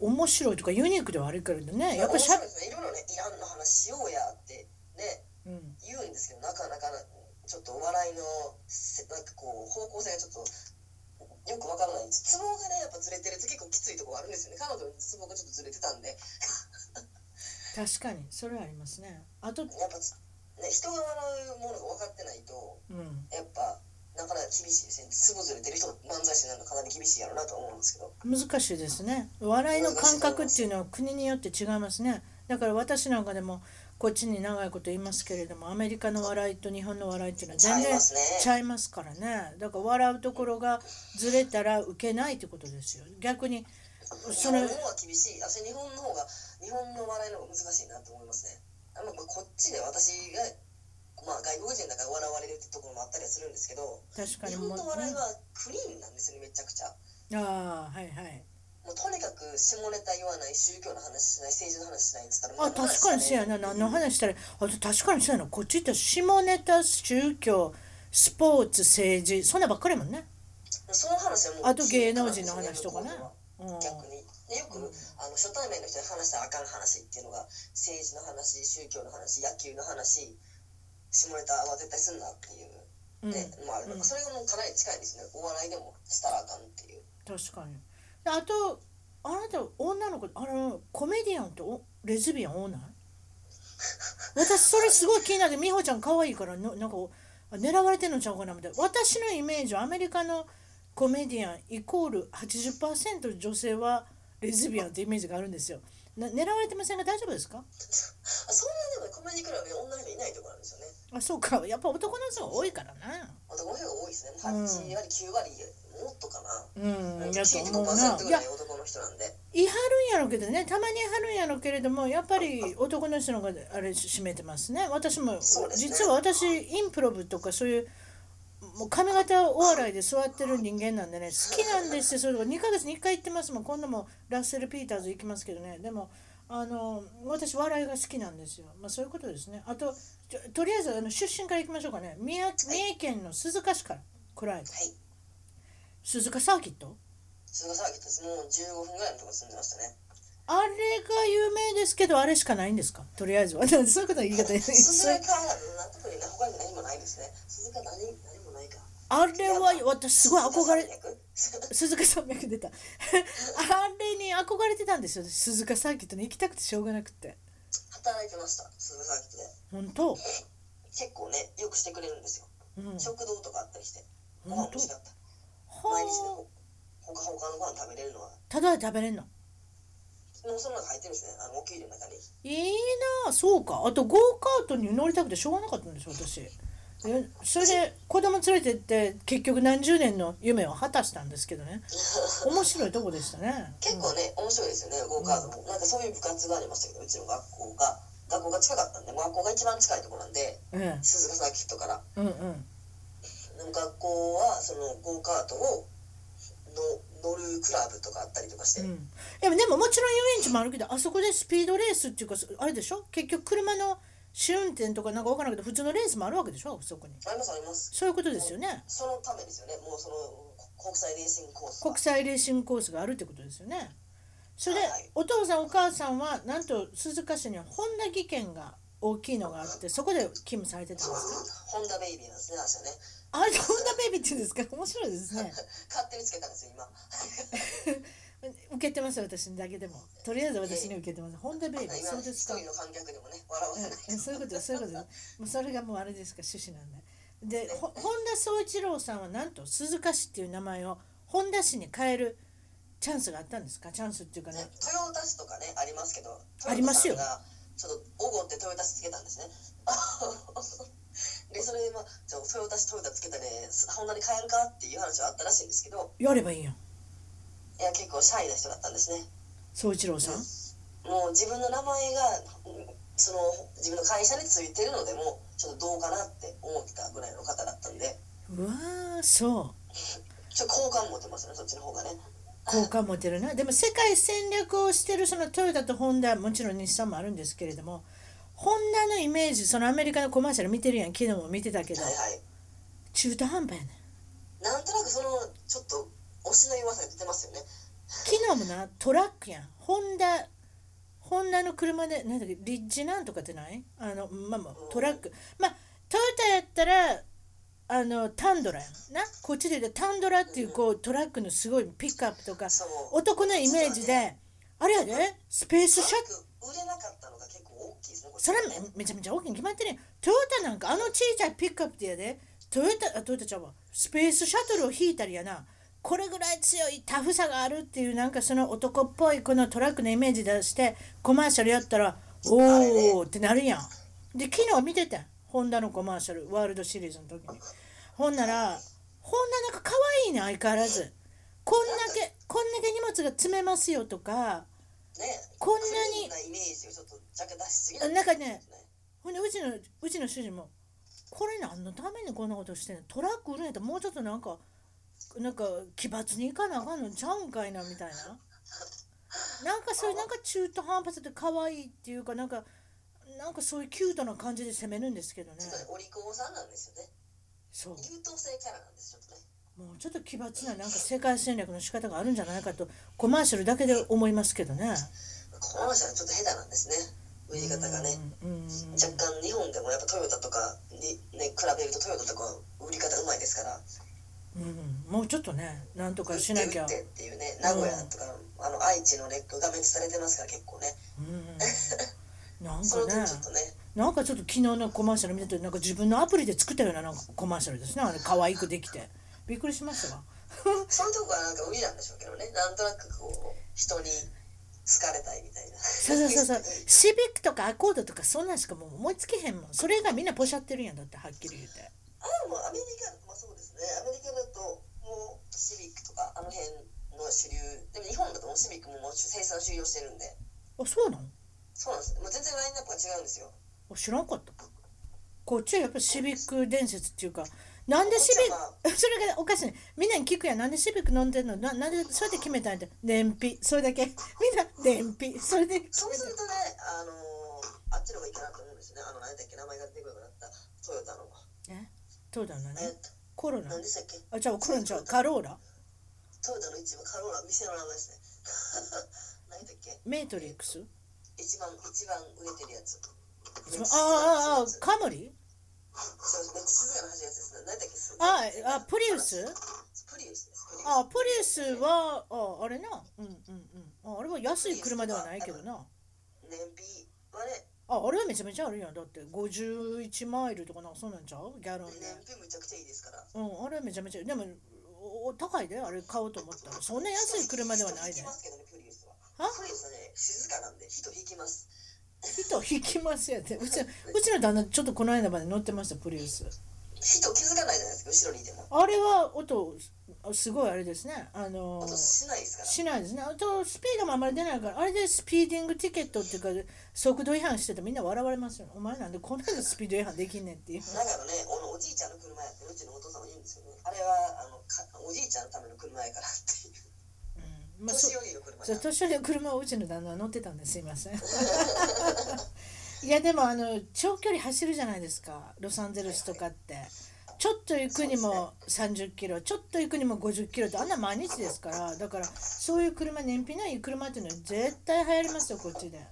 A: 面白いとかユニークではあるけれどねやっぱりしゃ
B: 面白いですねいろいろねイランの話しようやってね
A: うん
B: 言うんですけどなかなかなちょっとお笑いのせなんかこう方向性がちょっとよくわからないツボがねやっぱずれてると結構きついところあるんですよね彼女のツボがちょっとずれてたんで
A: 確かにそれはありますねあと
B: やっぱつ、ね、人が笑うものが分かってないと
A: うん
B: やっぱなかなか厳しいですねツボずれてる人漫才師になるのかなり厳しいやろうなと思うんですけど
A: 難しいですね笑いの感覚っていうのは国によって違いますねだから私なんかでもこっちに長いこと言いますけれどもアメリカの笑いと日本の笑いっていうのは全
B: 違い
A: 然
B: ますね
A: ちゃいますからねだから笑うところがずれたら受けないってことですよ逆にそ
B: 日本
A: れ
B: の方が厳しいあそれ日本の方が日本の笑いの方が難しいなと思いますねあのまあこっちで私がまあ外国人だから笑われるってところもあったりはするんですけど
A: 確か
B: 日
A: に
B: 本
A: もう、
B: の
A: ね、
B: 笑いはクリーンなんですよねめちゃくちゃ
A: ああはいはい
B: もうとにかく下ネタ言わない宗教の話しない政治の話しないっつったら
A: あ確かにそうやな何の話したらあ確かにそうやなこっち行って下ネタ宗教スポーツ政治そんなばっかりやもんね
B: その話はもう
A: あと芸能人の話とかねうん
B: 逆にでよくあの初対面の人に話したらあかん話っていうのが政治の話宗教の話野球の話下ネタは絶対すんなってい
A: う
B: う
A: ん
B: ね、まあ
A: うん
B: それがもうかなり近いですねお笑いでもしたらあかんっていう
A: 確かにであとあなた女の子あのコメディアンっておレズビアン多ない (laughs) 私それすごい気になって美穂ちゃん可愛いからのなんかあ狙われてんのちゃうかなみたいな私のイメージはアメリカのコメディアンイコール80%女性はレズビアンってイメージがあるんですよな狙われてませんが大丈夫ですか
B: あそんなでもコメディクラブに女の人いないところあるんですよね
A: あそうかやっぱ男の人が多いからな
B: 男の人が多いですね
A: うん
B: もう8割9割もっとかな
A: うんやと思うな
B: 95%
A: い
B: ぐ
A: や
B: らい男の人なんで
A: いはるんやろうけどねたまにいはるんやろうけれどもやっぱり男の人の方があれ占めてますね私も、
B: そうですね
A: 実は私インプロブとかそういうもう髪型お笑いで座ってる人間なんでね好きなんですよそれとか2ヶ月に1回行ってますもん今度もラッセル・ピーターズ行きますけどねでもあの私笑いが好きなんですよ、まあ、そういうことですねあとちょとりあえずあの出身からいきましょうかね宮三重県の鈴鹿市から暗い
B: はい
A: 鈴鹿サーキット
B: 鈴鹿サーキットですもう15分ぐらいのところに住んでましたね
A: あれが有名ですけどあれしかないんですかとりあえずは (laughs) そういうことは言い方
B: 鈴鹿
A: で
B: は特にね他に何もないですね鈴鹿何何もないか
A: あれは私すごい憧れ
B: 鈴鹿山脈
A: 鈴鹿山脈出たあれに憧れてたんですよ鈴鹿サーキットに行きたくてしょうがなくて
B: 働いてました鈴鹿サーキットで
A: 本当、
B: 結構ねよくしてくれるんですよ、
A: うん、
B: 食堂とかあったりしてご
A: 本
B: 飯美
A: 当
B: 味しかった毎日ね
A: はあ
B: ほほかほかのご飯食べれるのは
A: ただで食べれんの
B: もうその中入ってるんですねあのお給料の中に
A: いいなあそうかあとゴーカートに乗りたくてしょうがなかったんですよ私えそれで子供連れてって結局何十年の夢を果たしたんですけどね面白いとこでしたね
B: 結構ね、面白いですよねゴーカードも、なんかそういう部活がありましたけどうちの学校が学校が近かったんでもう学校が一番近いところなんで
A: うん、え
B: 鈴鹿サーキットから
A: えうんうん
B: でも学校はそのゴーカートをの乗るクラブとかあったりとかして、
A: うん、いやでももちろん遊園地もあるけどあそこでスピードレースっていうかそあれでしょ結局車の試運転とかなんか分からんけど普通のレースもあるわけでしょそこに
B: ありますあります
A: そういうことですよね
B: そのためですよねもうそのこ国際レーシングコースが
A: 国際レーシングコースがあるってことですよねそれで
B: はい
A: お父さんお母さんはなんと鈴鹿市には本田技研が大きいのがあってそこで勤務されてたんですか
B: ホンダベイビーなんですね私はね
A: あれ本田ベイビーって言うんです
B: (laughs)
A: か面白いですね
B: 勝手につけたんですよ今
A: 受けてます私だけでもとりあえず私に受けてます本田ベイビー
B: 今
A: そう
B: 一
A: ですか
B: 人の観客でもね笑わせない
A: うんそういうことそういうことですもうそれがもうあれですか趣旨なんででほ本田宗一郎さんはなんと鈴鹿市っていう名前を本田市に変えるチャンスがあったんですかチャンスっていうかね
B: ね、トヨタ市とかねありますけど
A: ありますよ
B: トヨタさんがちょっとおごってトヨタ市つけたんですね (laughs) でそれで、まあ、じゃあトヨタ市トヨタつけたねホンダに変えるかっていう話はあったらしいんですけど
A: やればいいやん
B: いや結構シャイな人だったんですね
A: 宗一郎さん
B: もう自分の名前がうんその自分の会社についてるのでもちょっとどうかなって思ってたぐらいの方だったんで
A: うわーそう
B: ちょっと好感持ってましたねそっちの方がね
A: 好感持てるなでも世界戦略をしてるそのトヨタとホンダもちろん日産もあるんですけれどもホンダのイメージそのアメリカのコマーシャル見てるやん昨日も見てたけど
B: はいはい
A: 中途半端やねん
B: なんとなくそのちょっと推しの弱さが出てますよね
A: 昨日もなトラックやんホンダホンダの車でなんだっけリッジなんとかってないあのまあまあトラックまあトヨタやったらあのタンドラやんなこっちで言うとタンドラっていうこうトラックのすごいピックアップとか
B: そう
A: 男のイメージであれやでスペースシャ
B: 売れなかったのが結構大きいですね。こ
A: それめめちゃめちゃ大きいに決まってるやんトヨタなんかあの小さいピックアップでやでトヨタあトヨタちゃんはスペースシャトルを引いたりやなこれぐらい強いタフさがあるっていうなんかその男っぽいこのトラックのイメージ出してコマーシャルやったらおーってなるやんで昨日見ててんホンダのコマーシャルワールドシリーズの時にほんならホンダなんか可愛いね相変わらずこんだけこんだけ荷物が詰めますよとか
B: ね、
A: こんなに
B: クリーンなイメージをちょっと若干出しすぎ
A: なんかねほんでうちのうちの主人も「これ何のためにこんなことしてんのトラック売るんやったらもうちょっとなんかなんか奇抜に行かなあかんのちゃうんかいな」みたいな。なんかそういうなんか中途半端さで可愛いっていうかなんかなんかそういうキュートな感じで攻めるんですけどね
B: ちょっとねお利口さんなんですよね。
A: そう
B: 優等生キャラなんですちょっとね。
A: もうちょっと奇抜ななんか世界戦略の仕方があるんじゃないかとコマーシャルだけで思いますけどね
B: この人はちょっと下手なんですね。売り方がね。
A: うんうん
B: 若干日本でもやっぱトヨタとかにね比べるとトヨタとかは売り方うまいですから。
A: うんもうちょっとねなんとかしな
B: 売って
A: き
B: 売
A: ゃ
B: っ。てっていうね名古屋とか、あの愛知のレックがめっちゃされてますから結構ね。
A: うん、なん
B: その
A: か
B: 点
A: ね
B: ちょっとね。
A: なんかちょっと昨日のコマーシャル見ててなんか自分のアプリで作ったようななんかコマーシャルですねあれ可愛くできてびっくりしましたわ
B: そういうとこはなんか売りなんでしょうけどね。なんとなくこう人に好かれたいみたいな。
A: そうそう
B: (laughs)
A: そうそうシビックとかアコードとかそんなんしかもう思いつけへんもんそれがみんなポシャってるんやんだってはっきり言って
B: あでもアメリカ、まあ、そうですねアメリカだともうシビックとかあの辺の主流でも日本だともうシビックももう生産終了してるんで
A: あそうなの
B: そうなんですもう全然ラインナップが違うんですよ
A: あ知らんかったこっちはやっぱシビック伝説っていうかなんでシビ
B: こっちはま
A: ック (laughs) それがおかしいねみんなに聞くやんなんでシビック飲んでんのななんでそうやって決めたんやって燃費それだけみん (laughs) な燃費それで
B: そうするとね、あのー、あっちの方がいいかなと思うんですよね。あの、何だっけ、名前が出てこなくなった。トヨタの。
A: そうだね
B: えっ
A: コロ
B: と、
A: ナ
B: 何でしたっけ
A: あじゃあコロナじゃうカローラ
B: トヨタの一番、カローラ、店の名前ですね。 (laughs) 何だっけ
A: メートリックス
B: 一番、一番売れてるやつ。
A: ああああ
B: そう
A: カムリ
B: めっちゃ静かな走るやつですね。何だっけ
A: ああプリウス
B: プリウスです。プリウス
A: あプリウスはああれなうんうんうんああれは安い車ではないけどな
B: 燃費はね、
A: ああれはめちゃめちゃあるやんだって51マイルとかなんかそうなんちゃうギャロンで
B: 燃費むちゃくちゃいいですから。
A: うんあれはめちゃめちゃでもおお高いであれ買おうと思ったらそんな安い車ではないで
B: 人引きますけどね、プリウスは。
A: あ
B: プリウスはね、静かなんで、人引きます。
A: 人引きますやでうちうちの旦那ちょっとこの間まで乗ってましたプリウス
B: 人気づかないじゃないですか、後ろにいても。
A: あれは音あすごいあれですねあの
B: 音しないですから。
A: しないですねあとスピードもあんまり出ないからあれでスピーディングティケットっていうか速度違反してたらみんな笑われますよお前なんでこんなのスピード違反できんねんっていう
B: だからね、俺おじいちゃんの車やってうちのお父さんも言うんですよね。あれはあのかおじいちゃんのための車やからっていう。
A: うんまあ、そ
B: 年寄りの車
A: そう
B: やから。
A: 年寄りの車をうちの旦那は乗ってたんですいませんいやでもあの長距離走るじゃないですかロサンゼルスとかってちょっと行くにも30キロちょっと行くにも50キロってあんな毎日ですからだからそういう車燃費のいい車っていうのは絶対流行りますよこっちではい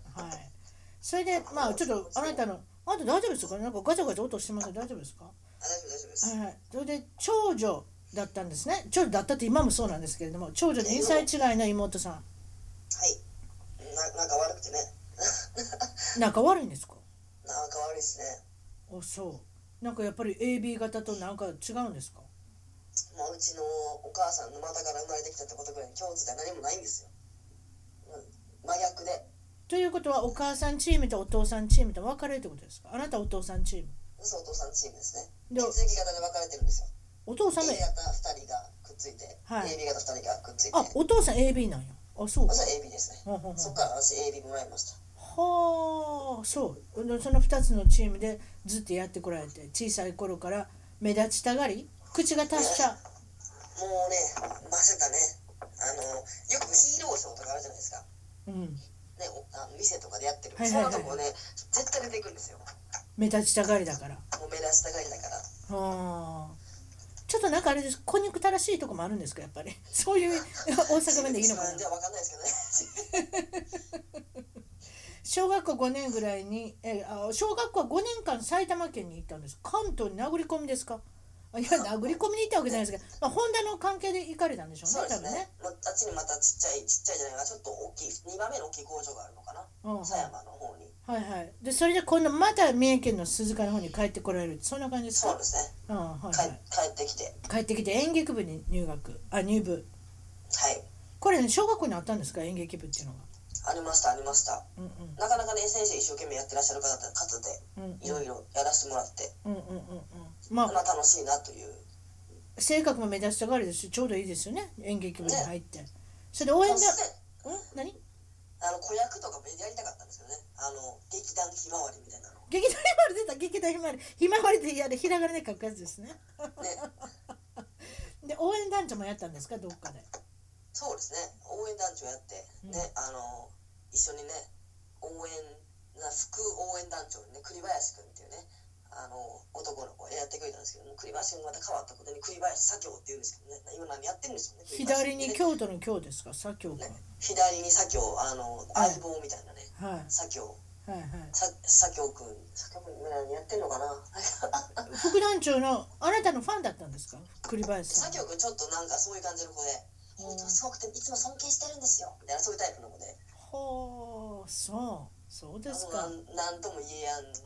A: それでまあちょっとあなたのあなた大丈夫ですかなんかガチャガチャ音してますけど大丈夫ですか
B: あ大丈夫大丈夫で
A: は
B: す。
A: いはい、それで長女だったんですね長女だったって今もそうなんですけれども長女で2歳違いの妹さん
B: はい。ななんか悪くてね。
A: 仲悪いんですか
B: なんか悪いですね。
A: あそうなんかやっぱり AB 型となんか違うんですか
B: もううちのお母さんの股から生まれてきたってことぐらいに共通点は何もないんですよ。うん真逆で。
A: ということはお母さんチームとお父さんチームと分かれるってことですかあなたお父さんチーム
B: 嘘お父さんチームですね。血
A: で
B: 液型で分かれてるんですよ。
A: お父さ
B: A
A: んの
B: 型2人がくっついて、
A: はい
B: AB 型2人がくっついて。
A: あお父さん AB なんやあそうか
B: 私は AB ですね。
A: ほんほんほ
B: そ
A: ん
B: っから私 AB もらいました。
A: はあそうでその2つのチームでずっとやってこられて小さい頃から目立ちたがり口が達者
B: もうね、ませたね。あの、よくヒーローショーとかあるじゃないですか。
A: うん
B: ね、おあの店とかでやってる。
A: はいはいはい
B: そのとこね、絶対出てくるんですよ。も
A: 目立ちたがりだから
B: う目立ちたがりだから。
A: はあちょっとなんかあれです小憎たらしいとこもあるんですかやっぱりそう (laughs) いう大阪弁でいいのかな
B: 一番じゃわかんないですけどね。
A: 小学校5年ぐらいにえあ小学校5年間埼玉県に行ったんです関東に殴り込みですかあいや殴り込みに行ったわけじゃないですけど、まあ、ホンダの関係で行かれたんでしょう
B: そ
A: ね
B: うで
A: 多
B: す
A: 分ね
B: ね。まああっちにまたちっちゃい、ちっちゃいじゃないか、ちょっと大きい、2番目の大きい工場があるのかな。
A: うん
B: 狭山の方に。
A: はいはいでそれで今度また三重県の鈴鹿の方に帰ってこられるそんな感じです
B: そう
A: か
B: ですね。
A: うんはいは
B: 帰
A: い
B: 帰ってきて。
A: 帰ってきて演劇部に入学あ入部
B: はい。
A: これね小学校にあったんですか演劇部っていうのが
B: ありました、ありました。
A: うんうん
B: なかなかね、先生一生懸命やってらっしゃる方々で、
A: うん
B: いろいろやらせてもらって、
A: うんうんうんうんまあ
B: まあ楽しいなという。
A: 性格も目立ちたがりですしちょうどいいですよね演劇部に入ってそれで応援
B: そ
A: が
B: して
A: うん何
B: あの子役とかもやりたかったんですよね。あの劇団ひまわりみたい
A: (laughs)
B: なの。
A: 劇団ひまわり出た劇団ひまわりひまわりでやるひらがなで書くやつですね
B: ね、
A: で応援団長もやったんですかどっかで
B: そうですね。応援団長やって、
A: うん
B: ね、あの一緒にね、応援な副応援団長にね、栗林くんっていうね、あの男の子がやってくれたんですけど、栗林くんまた変わったことに栗林左京って言うんですけどね、今何やってるんですよね。栗
A: 左
B: 林
A: に
B: ね
A: 京都の京ですか左京か
B: ね左に左京あの
A: はい
B: 相棒みたいなね、
A: はい
B: 左京
A: はいはい
B: さ左京くん左京くん今何やってんのかな。
A: 副団長のあなたのファンだったんですか栗林さん
B: 佐京君ちょっとなんかそういう感じの子で
A: うん
B: 本当はすごくていつも尊敬してるんですよみたいなそういうタイプの子で
A: ほうそうそうですか
B: あのなんなんとも言えやんね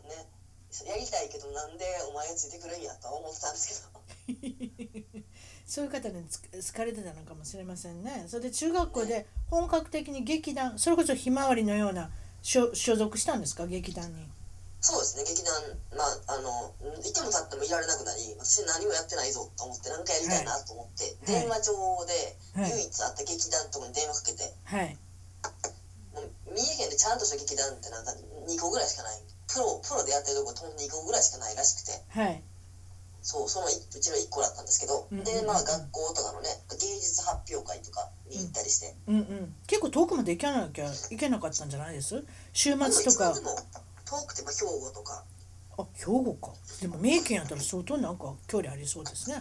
B: やりたいけどなんでお前がついてくるんやとは思ってたんですけど
A: そういう方につ疲れてたのかもしれませんねそれで中学校で本格的に劇団それこそひまわりのような所所属したんですか劇団に
B: (laughs) そうですね劇団まああのいても立ってもいられなくなり私何もやってないぞと思って何かやりたいなと思って、
A: はい
B: 電話帳で
A: はい
B: 唯一あった劇団のとこに電話かけて、
A: はい
B: もう三重県でちゃんとした劇団ってなんか2個ぐらいしかないプロプロでやってるとこに2個ぐらいしかないらしくて
A: はい
B: そうその一うちの1個だったんですけど、
A: うんうんうん
B: でまあ学校とかのね芸術発表会とかに行ったりして、
A: うんうん、結構遠くまで行かなきゃいけなかったんじゃないです週
B: まあ
A: 末とか
B: 一番でも遠くても兵庫とか
A: あ兵庫かでも三重県やったら相当なんか距離ありそうですね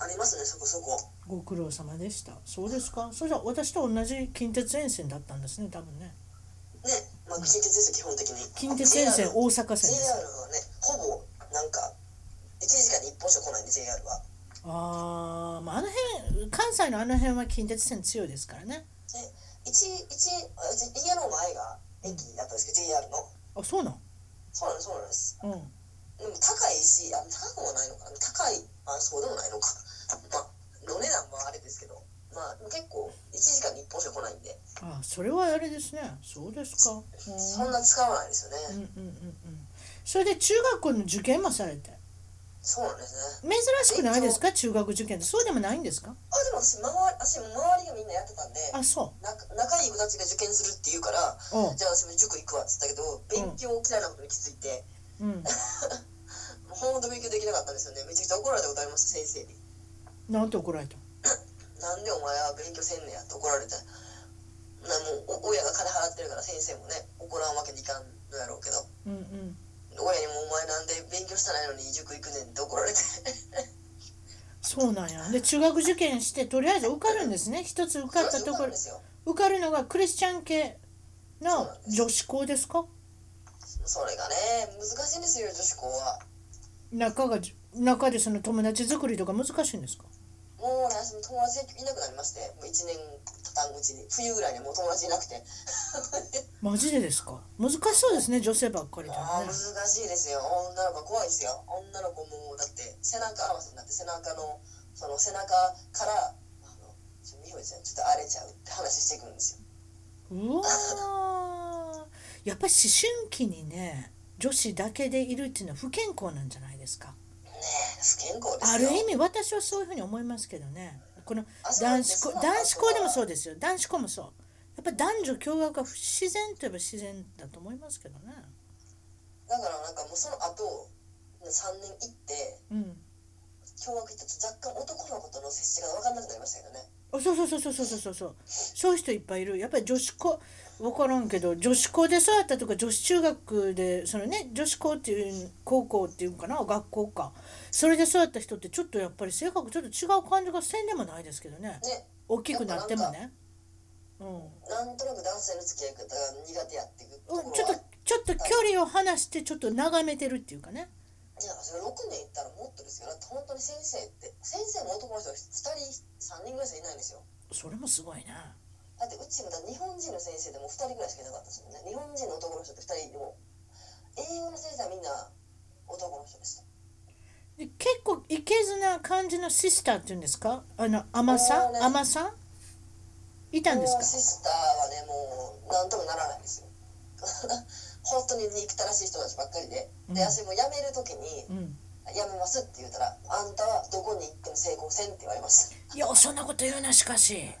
B: ありますねそこそこ
A: ご苦労様でしたそうですかそれじゃあ私と同じ近鉄沿線だったんですね多分ね
B: ねまあ近鉄ですよ基本的に
A: 近鉄沿線
B: JR
A: 大阪線です
B: JR はねほぼなんか1時間に1本しか来ないんで JR は
A: あー、まああの辺関西のあの辺は近鉄線強いですからね
B: 一一あうち家の前が駅だったんですけど JR の
A: あそうなん
B: そうなんですそうなんです
A: うん
B: でも高いし、あ高くはないのかな、高い、あそうでもないのか、まあ、お値段もあれですけど、まあ、結構、1時間に1本しか来ないんで、
A: あそれはあれですねそうですか
B: そんな使わないですよ
A: うん
B: ね。
A: うんうんうんそれで中学校の受験もされて
B: そうなんですね。
A: 珍しくないですか中学受験ってそうでもないんですか
B: あ、でも私、周り私周りがみんなやってたんで、
A: あそ
B: な仲いい子たちが受験するって言うから、
A: うおう
B: じゃあ私も塾行くわっつったけど、勉強嫌いなことに気づいて、
A: うん
B: もうほんと勉強できなかったんですよね。めちゃくちゃ怒られたことありました、先生に。
A: なんて怒られた
B: なんでお前は勉強せんねやって怒られたなもうお親が金払ってるから先生もね怒らんわけにいかんのやろうけど
A: うんうん
B: 親にも「お前なんで勉強してないのに塾行くねん」って怒られて
A: そうなんやで中学受験してとりあえず受かるんですね一つ受かったとこ
B: そうなん
A: ろ
B: ですよ
A: 受かるのがクリスチャン系の女子校ですか
B: それがね難しいんですよ女子校は
A: 中が中でその友達作りとか難しいんですか
B: もうね私も友達いなくなりましてもう1年経たんうちに冬ぐらいにもう友達いなくて
A: マジでですか難しそうですね女性ばっかりでね
B: ああ難しいですよ女の子怖いですよ女の子もだって背中合わせになって背中のその背中から「あのちょ美穂ちゃんちょっと荒れちゃう」って話してくるんですよ
A: うわーやっぱり思春期にね女子だけでいるっていうのは不健康なんじゃないですか
B: ねえ不健康です
A: ある
B: よ
A: 意味私はそういうふうに思いますけどねこの男子校男子校でもそうですよ男子校もそうやっぱ男女共学が不自然といえば自然だと思いますけどね
B: だからなんかもうその後3年行って
A: うん
B: 共学行ったと若干男の子との接しが分かんなくなりましたけどね
A: あそうそうそうそうそうそうそうそうそういう人いっぱいいるやっぱり女子校分からんけど女子校で育ったとか女子中学でそのね女子校っていう高校っていうんかな学校かそれで育った人ってちょっとやっぱり性格ちょっと違う感じがせんでもないですけどね
B: ね
A: 大きくなってもねうん
B: なんとなく男性の付き合い方が苦手やっていうところ
A: う
B: は、
A: ん、ちょっとちょっと距離を離してちょっと眺めてるっていうかね
B: いやそれ6年行ったらもっとですよだって本当に先生って先生も男の人2人3人ぐらいしかいないんですよ
A: それもすごいな
B: だってうちもだ日本人の先生でも2人ぐらいしかいなかったですもんね日本人の男の人って2人でも英語の先生はみんな男の人でした
A: で結構いけずな感じのシスターっていうんですかあの甘さ
B: そうね
A: 甘さいたんです
B: もう
A: か
B: シスターはねもうなんともならないんですよ (laughs) 本当に憎たらしい人たちばっかりで、
A: うん
B: で私も辞める時に
A: うん
B: 「辞めます」って言ったら「あんたはどこに行っても成功せん」って言われましたね
A: いやそんなこと言うなしかし
B: え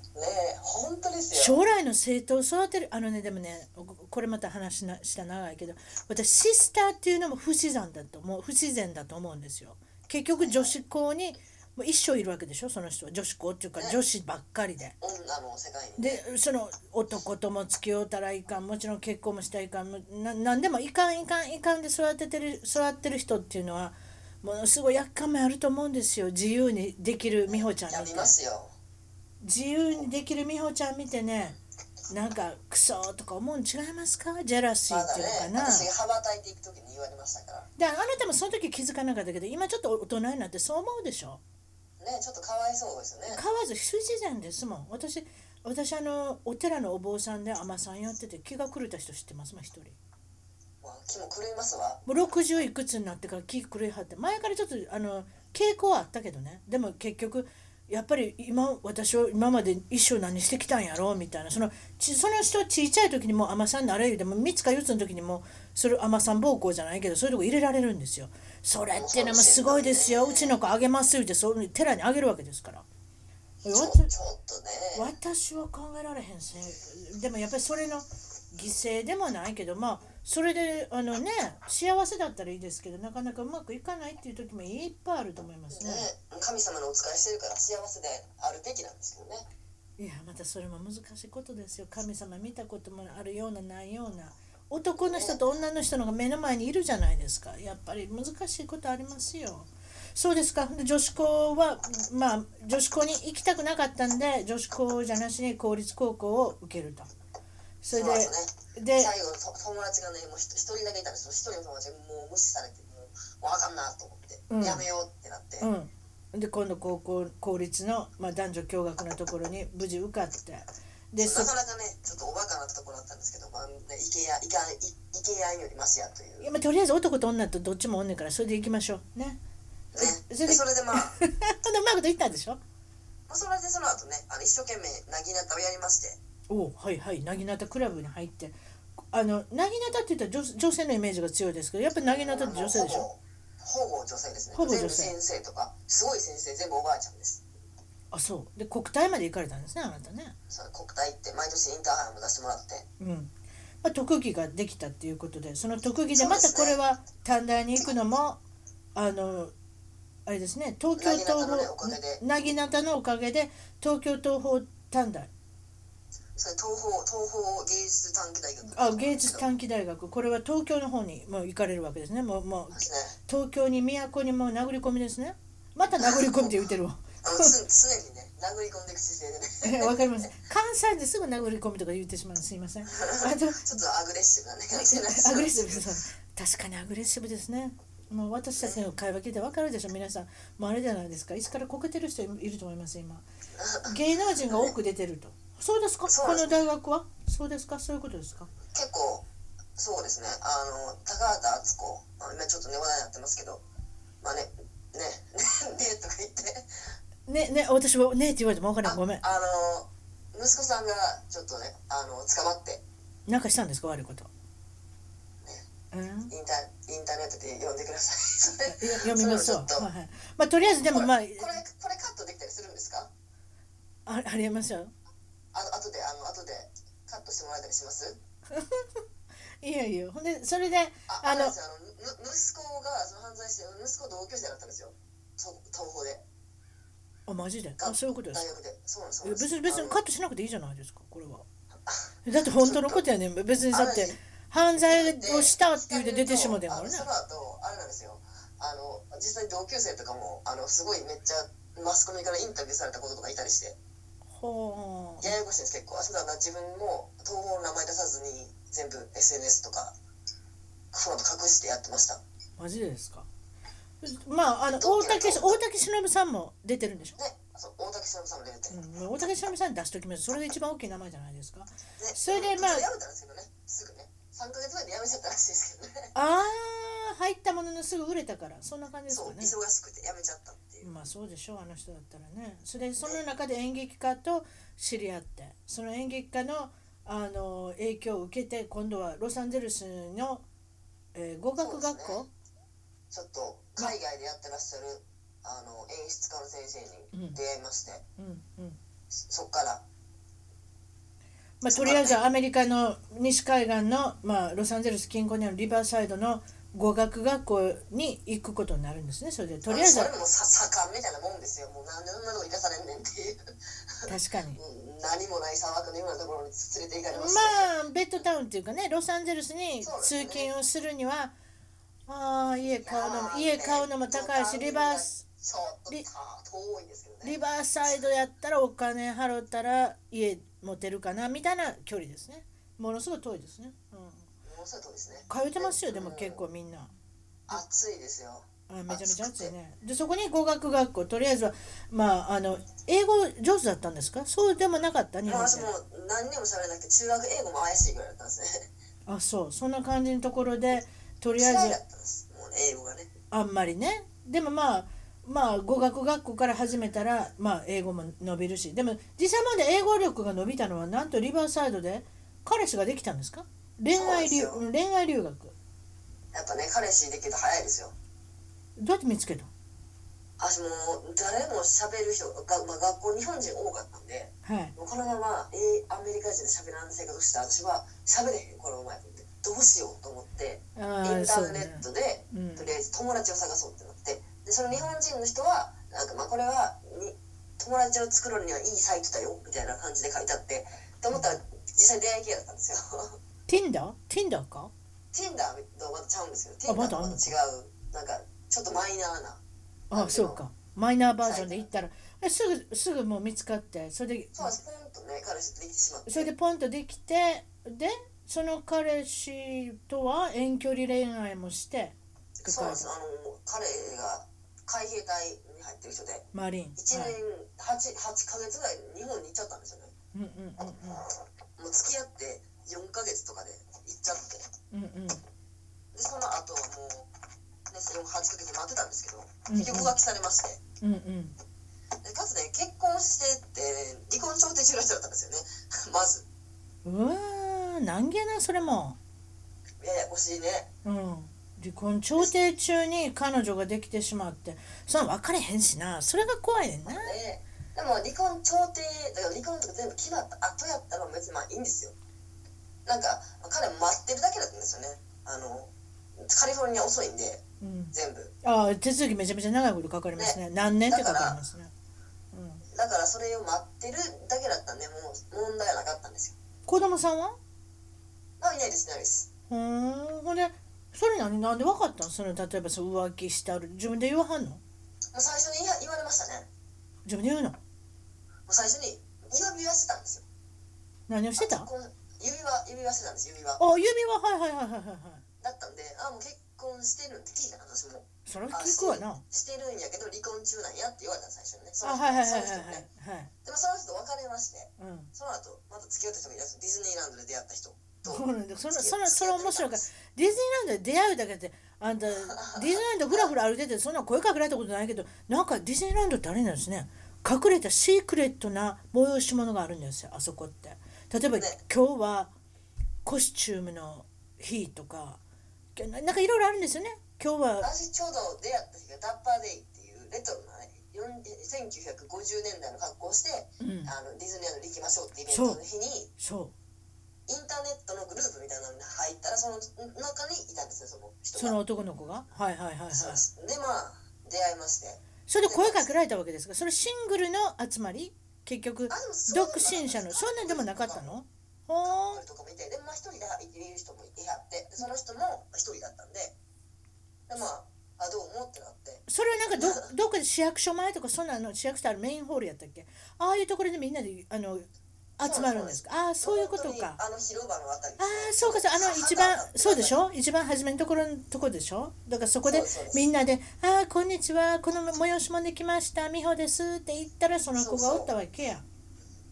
B: 本当ですよ
A: 将来の生徒を育てるあのねでもねこれまた話しなしたら長いけど私シスターっていうのも不自然だと思う不自然だと思うんですよ結局女子校にもう一生いるわけでしょその人は女子校っていうか女子ばっかりで
B: 女の世界にね
A: でその男とも付き合うたらいかんもちろん結婚もしたらいかんもな何でもいかんいかんいかんで育ててる育ってる人っていうのはものすごいやっかみあると思うんですよ自由にできる美穂ちゃん
B: や
A: みた
B: り
A: い
B: ま
A: な。
B: すよ
A: 自由にできる美穂ちゃん見てねなんかクソとか思うん違いますかジェラシー
B: ま
A: っ
B: だ
A: てい
B: ね
A: うのかな、
B: 私が羽ばたいていく時に言われましたから
A: であなたもその時気づかなかったけど今ちょっと大人になってそう思うでしょ
B: ねちょっとかわいそうですよね
A: 買わず不自然ですもん私私あのお寺のお坊さんで尼さんやってて気が狂った人知ってますもん一人
B: まあ気も狂いますわ
A: もう60いくつになってから気狂いはって前からちょっとあの傾向はあったけどねでも結局やっぱり今私は今まで一生何してきたんやろうみたいなそのちその人小さい時にもう尼さんになれるでも3つか4つの時にもうそれ尼さん暴行じゃないけどそういうとこ入れられるんですよそれっていうのもすごいですようちの子あげますってそう寺にあげるわけですから。
B: ちょ
A: わ
B: ちょっとね
A: 私は考えられへんせでもやっぱりそれの犠牲でもないけどまあそれであのね幸せだったらいいですけどなかなかうまくいかないっていう時もいっぱいあると思いますね
B: ね。神様のお使いしてるから幸せであるべきなんですけどね
A: いやまたそれも難しいことですよ神様見たこともあるようなないような男の人と女の人のが目の前にいるじゃないですかやっぱり難しいことありますよそうですかで女子校はまあ女子校に行きたくなかったんで女子校じゃなしに公立高校を受けるとそれ
B: そうなんですね
A: でで
B: 最後と友達がねもう一人だけいたんですよ一人の友達がもう無視されてもうわかんなと思って、
A: うん
B: やめようってなって、
A: うん、で今度高校公立の、まあ、男女共学のところに無事受かってで
B: な
A: そ
B: かなかねちょっとおバカなところだったんですけど、まあね、いけやいかいいけやんよりマシやという
A: い
B: ね
A: やまあとりあえず男と女とどっちもおんねんからそれで行きましょうね (laughs)
B: で
A: それで
B: それでまあ
A: でうまいこと言ったんでしょ
B: まあそれでその後ねあの一生懸命なぎなたをやりまして
A: おうはいはいなぎなたクラブに入ってあのなぎなたって言ったら女女性のイメージが強いですけどやっぱりなぎなたって女性でしょ
B: もうほぼほぼ女性ですね
A: ほぼ女性
B: 全部先生とかすごい先生全部おばあちゃんです
A: あそうで国体まで行かれたんですねあなたね
B: その国体って毎年インターハイも出してもらって
A: うん、まあ、特技ができたっていうことでその特技でまたこれは短大に行くのもあのあれですね東京東
B: なぎなたのねお
A: 宝なぎなたのおか
B: かげで
A: げで東京東宝短大
B: それ東方東方芸術短期大学
A: あ芸術短期大学これは東京の方にもう行かれるわけですねもうもう
B: ですね
A: 東京に都にもう殴り込みですねまた殴り込みって言うてるわ (laughs)
B: あのつ常にね殴り込んでいく姿勢でね
A: えわかります。関西ですぐ殴り込みとか言ってしまうのすいません。あと
B: ちょっとアグレッシブなね感じなんです
A: アグレッシブです。確かにアグレッシブですね。もう私たちの会話聞いてわかるでしょ皆さん。もうあれじゃないですか。椅子からこけてる人いると思います今。芸能人が多く出てると。そうですか。
B: そう
A: こ
B: です
A: の大学は？そうですか。そういうことですか。
B: 結構そうですねあの高畑敦子、まあ、今ちょっとね話題になってますけどまあねね (laughs) ねねとか言って
A: ねね私はねって言われてもわからんごめん。
B: あの息子さんがちょっとねあの捕まって
A: なんかしたんですか悪いこと。うん。
B: インタインターネットで呼んでください (laughs) そ
A: い
B: れ
A: や読みますわ。
B: それをちょ
A: は
B: っと
A: いはい。まあとりあえずでもまあ
B: これこれこれカットできたりするんですか
A: あありえますよ。
B: ああとであの後でカットしてもらえたりします
A: いやいや。ほんでそれで
B: あ
A: あ
B: あ
A: の
B: のあのむ息子がその犯罪して息子同級生だったんですよ東東宝で
A: あマジで。
B: が
A: あそういうことです
B: 大。学でそうなんですそうなんで
A: 別
B: す
A: に別
B: あ
A: に
B: の
A: カットしなくていいじゃないですかこれはだって本当のことやねん別にだって犯罪をしたって言うて出てしまうてんからね
B: あのその後あれなんですよあの実際に同級生とかもあのすごいめっちゃマスコミからインタビューされたこととかいたりして
A: ほ
B: ややこしいんです結構あそうだな自分も東宝の名前出さずに全部 SNS とかフォロー隠してやってました
A: うマジですかまああの大竹し大竹しのぶさんも出てるんでしょ、
B: ねそう大竹しのぶさんも出てて、ね
A: うん、大竹しのぶさんに出しときますそれが一番大きい名前じゃないですかそれでまあ
B: ちょっとやめたんですけどねすぐね3ヶ月前でやめちゃったらしいですけどね
A: ああ入ったもののすぐ売れたからそんな感じです
B: そう
A: かね
B: 忙しくてやめちゃったっていう、
A: まあそうでしょうあの人だったらねそれでその中で演劇家と知り合ってその演劇家のあの影響を受けて今度はロサンゼルスの、えー語学学
B: そ
A: 校
B: うちょっと海外でやってらっしゃるあの演出家の先生に出会いまして、
A: うんうん
B: そっから
A: まあ、とりあえずアメリカの西海岸の、まあ、ロサンゼルス近郊にあるリバーサイドの語学学校に行くことになるんですねそれでとりあえず
B: のそれもさ盛んみたいなもんですよもうなんでそんなとこ行かされんねんっていう
A: 確かに
B: うん何もない砂漠のようなところに連れて行かれ
A: ま
B: ました、
A: あベッドタウンっていうかねロサンゼルスに通勤をするには、ああ家買うのも家買うのも高いしリバース
B: そう
A: リ
B: あ遠いんですけどね
A: リバーサイドやったらお金払ったら家持てるかなみたいな距離ですねものすごい遠いですね、うん、
B: もうすぐ遠いですね
A: 通ってますよでも結構みんな
B: 暑いですよ
A: あめちゃめちゃ暑いねでそこに語学学校とりあえずはまああの英語上手だったんですかそうでもなかった日
B: もう
A: 本で
B: 私もう何にも喋れなくて中学英語も怪しいぐらいだったんですね
A: あそうそんな感じのところでとりあ
B: 嫌いだ
A: えず
B: ったんですもう、ね、英語がね
A: あんまりねでもまあまあ語学学校から始めたらまあ英語も伸びるしでも実際まで英語力が伸びたのはなんとリバーサイドで彼氏ができたんですか恋愛留
B: そう
A: 恋愛留学
B: やっぱね彼氏できると早いですよ
A: どうやって見つけたの
B: あもう誰も喋る人が、まあ、学校日本人多かったんで
A: はい
B: もうこのまま、えーアメリカ人で喋らん生活をして私は喋れへんこのままやと思ってどうしようと思ってイン
A: ああそ
B: タ
A: う
B: ーネ
A: ね
B: ットで
A: うん
B: とりあえず友達を探そうってなってでその日本人の人はなんかまあこれはに友達を作るにはいいサイトだよみたいな感じで書いてあってと思ったら実際出会い系だったんですよ (laughs)
A: Tinder?Tinder か
B: Tinder とまたちゃうんですけ
A: あ
B: ど Tinder
A: ま
B: と
A: だあん
B: ま
A: の
B: た違うなんかちょっとマイナーな
A: ああそうかマイナーバージョンで行ったらえすぐすぐもう見つかってそれで
B: そうですポンとね彼氏とできてしまって
A: それでポンとできてでその彼氏とは遠距離恋愛もして具
B: そうなん
A: 体
B: ですあのもう彼が海兵隊に入ってる人で
A: マリン、
B: 1
A: はい
B: 年 8, 八ヶ月ぐらい日本に行っちゃったんですよね
A: うんうん
B: もう付き合って4ヶ月とかで行っちゃって
A: うんうんうんうん
B: でその後はもう、ね、8ヶ月待ってたんですけど
A: うん
B: 結局浮気されまして、
A: うんうん
B: でかつね結婚してって離婚調停中の人だったんですよね (laughs) まず
A: うわー難儀やなそれも、
B: ややこしいね
A: うん、離婚調停中に彼女ができてしまってその分かれへんしなそれが怖いねんな
B: ねでも離婚調停だから離婚とか全部決まった後やったら別にまあいいんですよなんか彼待ってるだけだったんですよねあのカリフォルニア遅いんで
A: うん、
B: 全部
A: ああ手続きめちゃめちゃ長いことかかりますね何年ってかかりますねうん
B: だからそれを待ってるだけだったんでもう問題はなかったんですよ
A: 子供さんは
B: あいないですいないです
A: ふーんほんでそれ何なんで分かったんその例えばそう浮気してある自分で言わはんの
B: もう最初に言い言われましたね
A: 自分で言うの
B: もう最初に指輪してたんですよ。
A: 何をしてたあ
B: あ結婚指輪指輪してたんです指輪。だ
A: 指輪はいはいはいはいはいはい
B: ったんで、あもう結婚してるって聞いたの私も。
A: それは聞くわな
B: してるんやけど離婚中なんやって言われたの最初に
A: あ
B: ね。その
A: はい
B: 人
A: はいはいはい
B: その人ね。でもその人と別れまして、
A: はいはい
B: その後また付き合った人がいるんですディズニーランドで出会った人と。
A: そうなんだその
B: 付き
A: そのそれ面白い
B: 付き合ってた
A: か
B: んで
A: ら
B: す
A: ディズニーランドで出会うだけであんたディズニーランドふらふら歩いててそんな声かけられたことないけどなんかディズニーランドってあれなんですね隠れたシークレットな催し物があるんですよあそこって例えば
B: ね
A: 今日はコスチュームの日とかななんかいろいろあるんですよね今日は
B: 私ちょうど出会った日がダッパーデイっていうレトロな、ね、よん1950年代の格好をして、
A: うん
B: あのディズニーランドに行きましょうってイベントの日に。
A: そう
B: インターネットのグループみたいなのに入ったらその中にいたんですよその人
A: そ
B: が
A: の男の子がはいはいはいはい
B: そうですでまあ出会いまして
A: それで声かけられたわけですがそれシングルの集まり結局
B: あでもそう
A: 独身者のそんなんでもなかったのほー
B: カップルとかもいてでもまあ一人でいている人もいてはってでその人も一人だったんででまああどうもってなって
A: それはなんかどどっかで市役所前とかそんなの市役所あるメインホールやったっけああいうところでみんなであの集まるんですかああそういうこと
B: 本当に
A: かあ
B: あの広場のあたり
A: あーそうかそうあの一番そうでし
B: ょ
A: ょ一番初めのところのとこでしょだからそこで
B: そうですそうです
A: みんなで「ああこんにちはこの催しもできました美穂です」って言ったらその子がおったわけや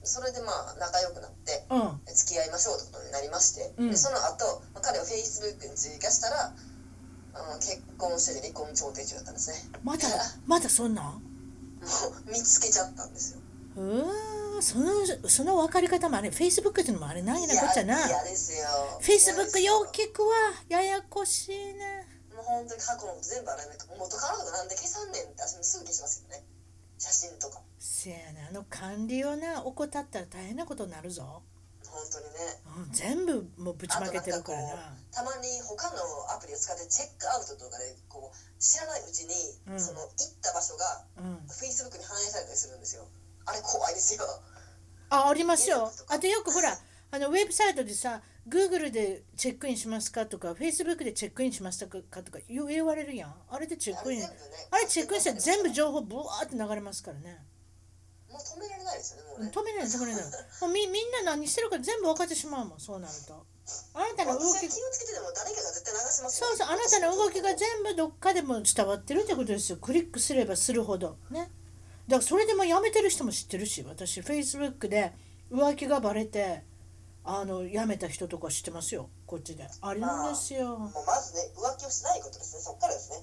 B: それでまあ仲良くなって
A: うん
B: 付き合いましょうってことになりまして、
A: うん
B: でその後、まあ、彼をフェイスブックに追加したらあの結婚してて離婚調停中だったんですね
A: またまたそんなん
B: もう見つけちゃったんですよ。
A: うーんそのその分かり方もあれフェイスブックっていうのもあれなんやなこっちゃな
B: 嫌ですよ。
A: フェイスブックよう
B: 嫌です
A: 聞くわややこしいな
B: もう本当に過去のこと全部あれなんか元カノとかなんで消さんねんって私もすぐ消しますよね。写真とか
A: せやなあの管理をな怠ったら大変なことになるぞ、
B: 本当にね。
A: うん、全部もうぶちまけてるからな
B: たまに他のアプリを使ってチェックアウトとかでこう知らないうちに、
A: うん
B: その行った場所が
A: うん、
B: フェイスブックに反映されたりするんですよ。あれ怖いですよ。
A: あありますよあとよくほらあのウェブサイトでさ Google でチェックインしますかとか Facebook でチェックインしましたかとか言う言われるやんあれでチェックイン
B: あれ全部ね
A: あれチェックインしたら全部情報ブワーって流れますからね
B: もう止められないですよねもうね。
A: 止めない止めないもうみみんな何してるか全部分かってしまうもんそうなるとあなたの動
B: 私
A: き
B: が気をつけてても誰かが絶対流します
A: そ
B: よ
A: うそうあなたの動きが全部どっかでも伝わってるってことですよクリックすればするほどねだからそれでもやめてる人も知ってるし私フェイスブックで浮気がバレてあのやめた人とか知ってますよこっちであれなんですよ
B: もうまずね浮気をしないことですねそっからで
A: (laughs)
B: すね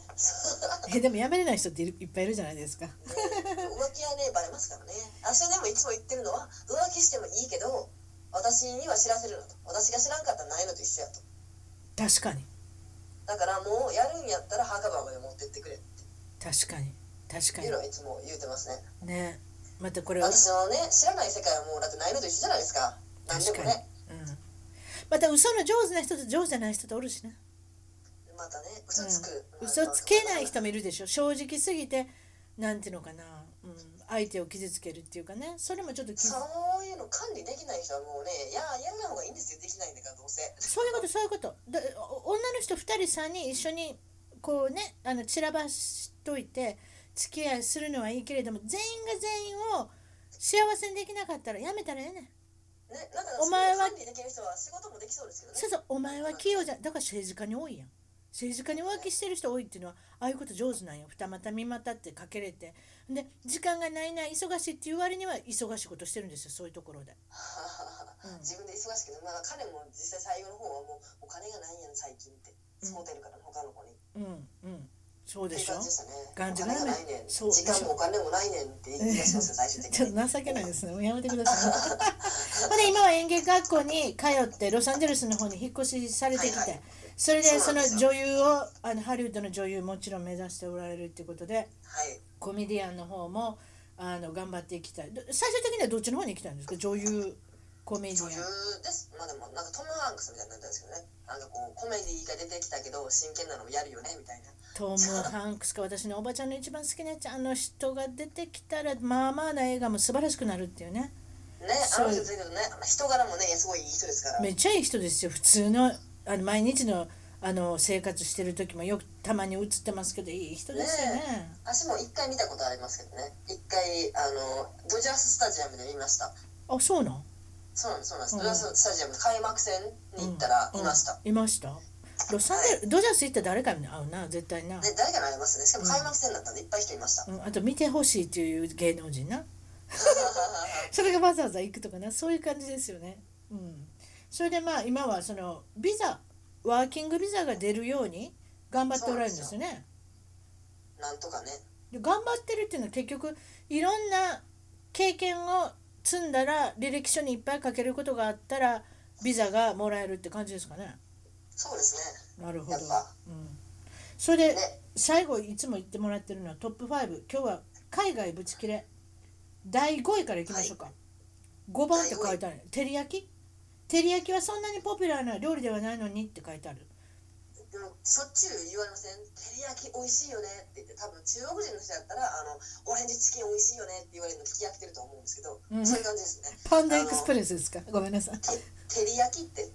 A: えでもやめれない人っているいっぱいいるじゃないですか
B: 浮気はねバレますからね私はでもいつも言ってるのは浮気してもいいけど私には知らせるなと私が知らんかったらないのと一緒やと
A: 確かに
B: だからもうやるんやったら墓場まで持ってってくれって
A: 確かに確か
B: いうのはいつも言うてますね
A: にねまたこれを、
B: 私のね知らない世界はもうだってないのと一緒じゃないですか何でもね
A: うん、また嘘の上手な人と上手じゃない人とおるしな、
B: またね嘘つく、
A: うん、嘘つけない人もいるでしょ正直すぎてなんていうのかな、うん、相手を傷つけるっていうかねそれもちょっと傷
B: そういうの管理できない人はもうねいややらない方がいいんですよできないんだからどうせ
A: そういうことそういうことだお女の人2人3人一緒にこうねあの散らばしといて付き合いするのはいいけれども全員が全員を幸せにできなかったらやめたらええねん
B: ねなんか
A: お前は
B: 管理できる人は仕事もできそうですけどね
A: そうそうお前は器用じゃだから政治家に多いやん政治家に浮気してる人多いっていうのはああいうこと上手なんよ二股三股ってかけれてで時間がないない忙しいっていう割には忙しいことしてるんですよそういうところで、うん
B: (laughs) 自分で忙しくて、まあ、彼も実際採用の方はもうお金がないやん最近ってそうてるから他の子に
A: うんうんそうで
B: って
A: しょ
B: 感じでしたねお
A: 感
B: 金
A: じ
B: がないねん
A: そう
B: 時間もお金もないねんって言い出しますよ最終
A: ちょ
B: 的
A: っ (laughs)
B: に
A: と情けないですねもうやめてください (laughs) ほんで今は演劇学校に通ってロサンゼルスの方に引っ越しされてき
B: はいは
A: てそれでそ
B: そう
A: の
B: なんですよ
A: 女優をあのハリウッドの女優もちろん目指しておられるっていうことで
B: はい
A: コメディアンの方もあの頑張っていきたいど最終的にはどっちの方に行きたいんですか女優コメディ
B: 女優
A: アン
B: ですまあでもなんかトム・ハンクスみたいになったんですけどねなんかこうコメディが出てきたけど真剣なのもやるよねみたいな
A: トム・ハンクスか私のおばちゃんの一番好きなやつあの人が出てきたらまあまあな映画も素晴らしくなるっていうね
B: ねあ
A: そう
B: の人ですけどね人柄もねすごいいい人ですから
A: めっちゃいい人ですよ普通のあの毎日のあの生活してる時もよくたまに映ってますけどいい人ですよね
B: 私も一回見たことありますけどね一回あのドジャーススタジアムで見ました
A: あそうなん
B: そうなんですそうなんです、
A: うん
B: ドジャーススタジアム開幕戦に行ったらいました、
A: うんいましたロサンゼル、ドジャース行ったら誰かに会うな絶対な、
B: で誰かに会いますねしかも開幕戦だったんでいっぱい人いました、
A: うん、あと見てほしいという芸能人な
B: は
A: それがわざわざ行くとかなそういう感じですよねうんそれでまあ今はそのビザワーキングビザが出るように頑張っておられるんですよね
B: いなんとかね
A: で頑張ってるっていうのは結局いろんな経験を積んだら履歴書にいっぱい書けることがあったらビザがもらえるって感じですかね
B: そうですね
A: なるほど、う
B: やっぱ
A: ん、それで
B: ね
A: 最後いつも言ってもらってるのはトップ5今日は海外ぶち切れ第5位からいきましょうか、5番って書いてある照り焼き照り焼きはそんなにポピュラーな料理ではないのにって書いてある
B: でもしょっちゅう言われません「照り焼き美味しいよね」って言って多分中国人の人だったらあの「オレンジチキン美味しいよね」って言われるの聞き飽きてると思うんですけど、
A: うん
B: そういう感じですね
A: パンダエクスプレスですかごめんなさい
B: 照り焼きって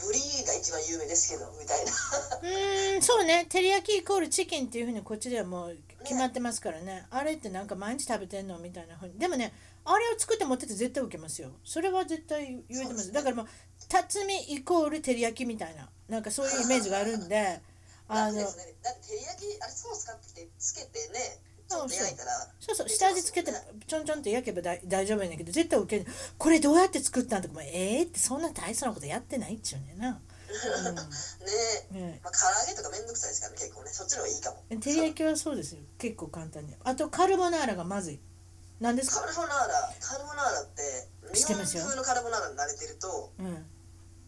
B: ブリが一番有名ですけどみたいな
A: うーんそうね照り焼きイコールチキンっていうふうにこっちではもう決まってますからねあれってなんか毎日食べてんのみたいなふうにでもねあれを作って持ってって絶対受けますよそれは絶対言えて
B: そう
A: ま
B: ですすね
A: だからもう辰巳イコール照り焼きみたいななんかそういうイメージがあるん
B: (laughs)
A: であ
B: 楽
A: の
B: ですねだって照り焼きあれソース買ってきてつけてねちょっと焼いたら
A: そうそう下味つけてちょんちょんって焼けば大大丈夫やねんけど絶対受けるこれどうやって作ったんとかもええってそんな大層なことやってないっちゅうねんな、
B: (laughs) ね
A: うん、ね
B: まあ、唐揚げとかめんどくさいですからね結構ねそっちの方がいいかも
A: 照り焼きはそうですよ結構簡単にあとカルボナーラがまずいなんです
B: カ
A: か
B: ルボナーラカルボナーラって
A: 知
B: 日
A: って
B: 本
A: ますよ
B: 風のカルボナーラに慣れてると
A: うんうん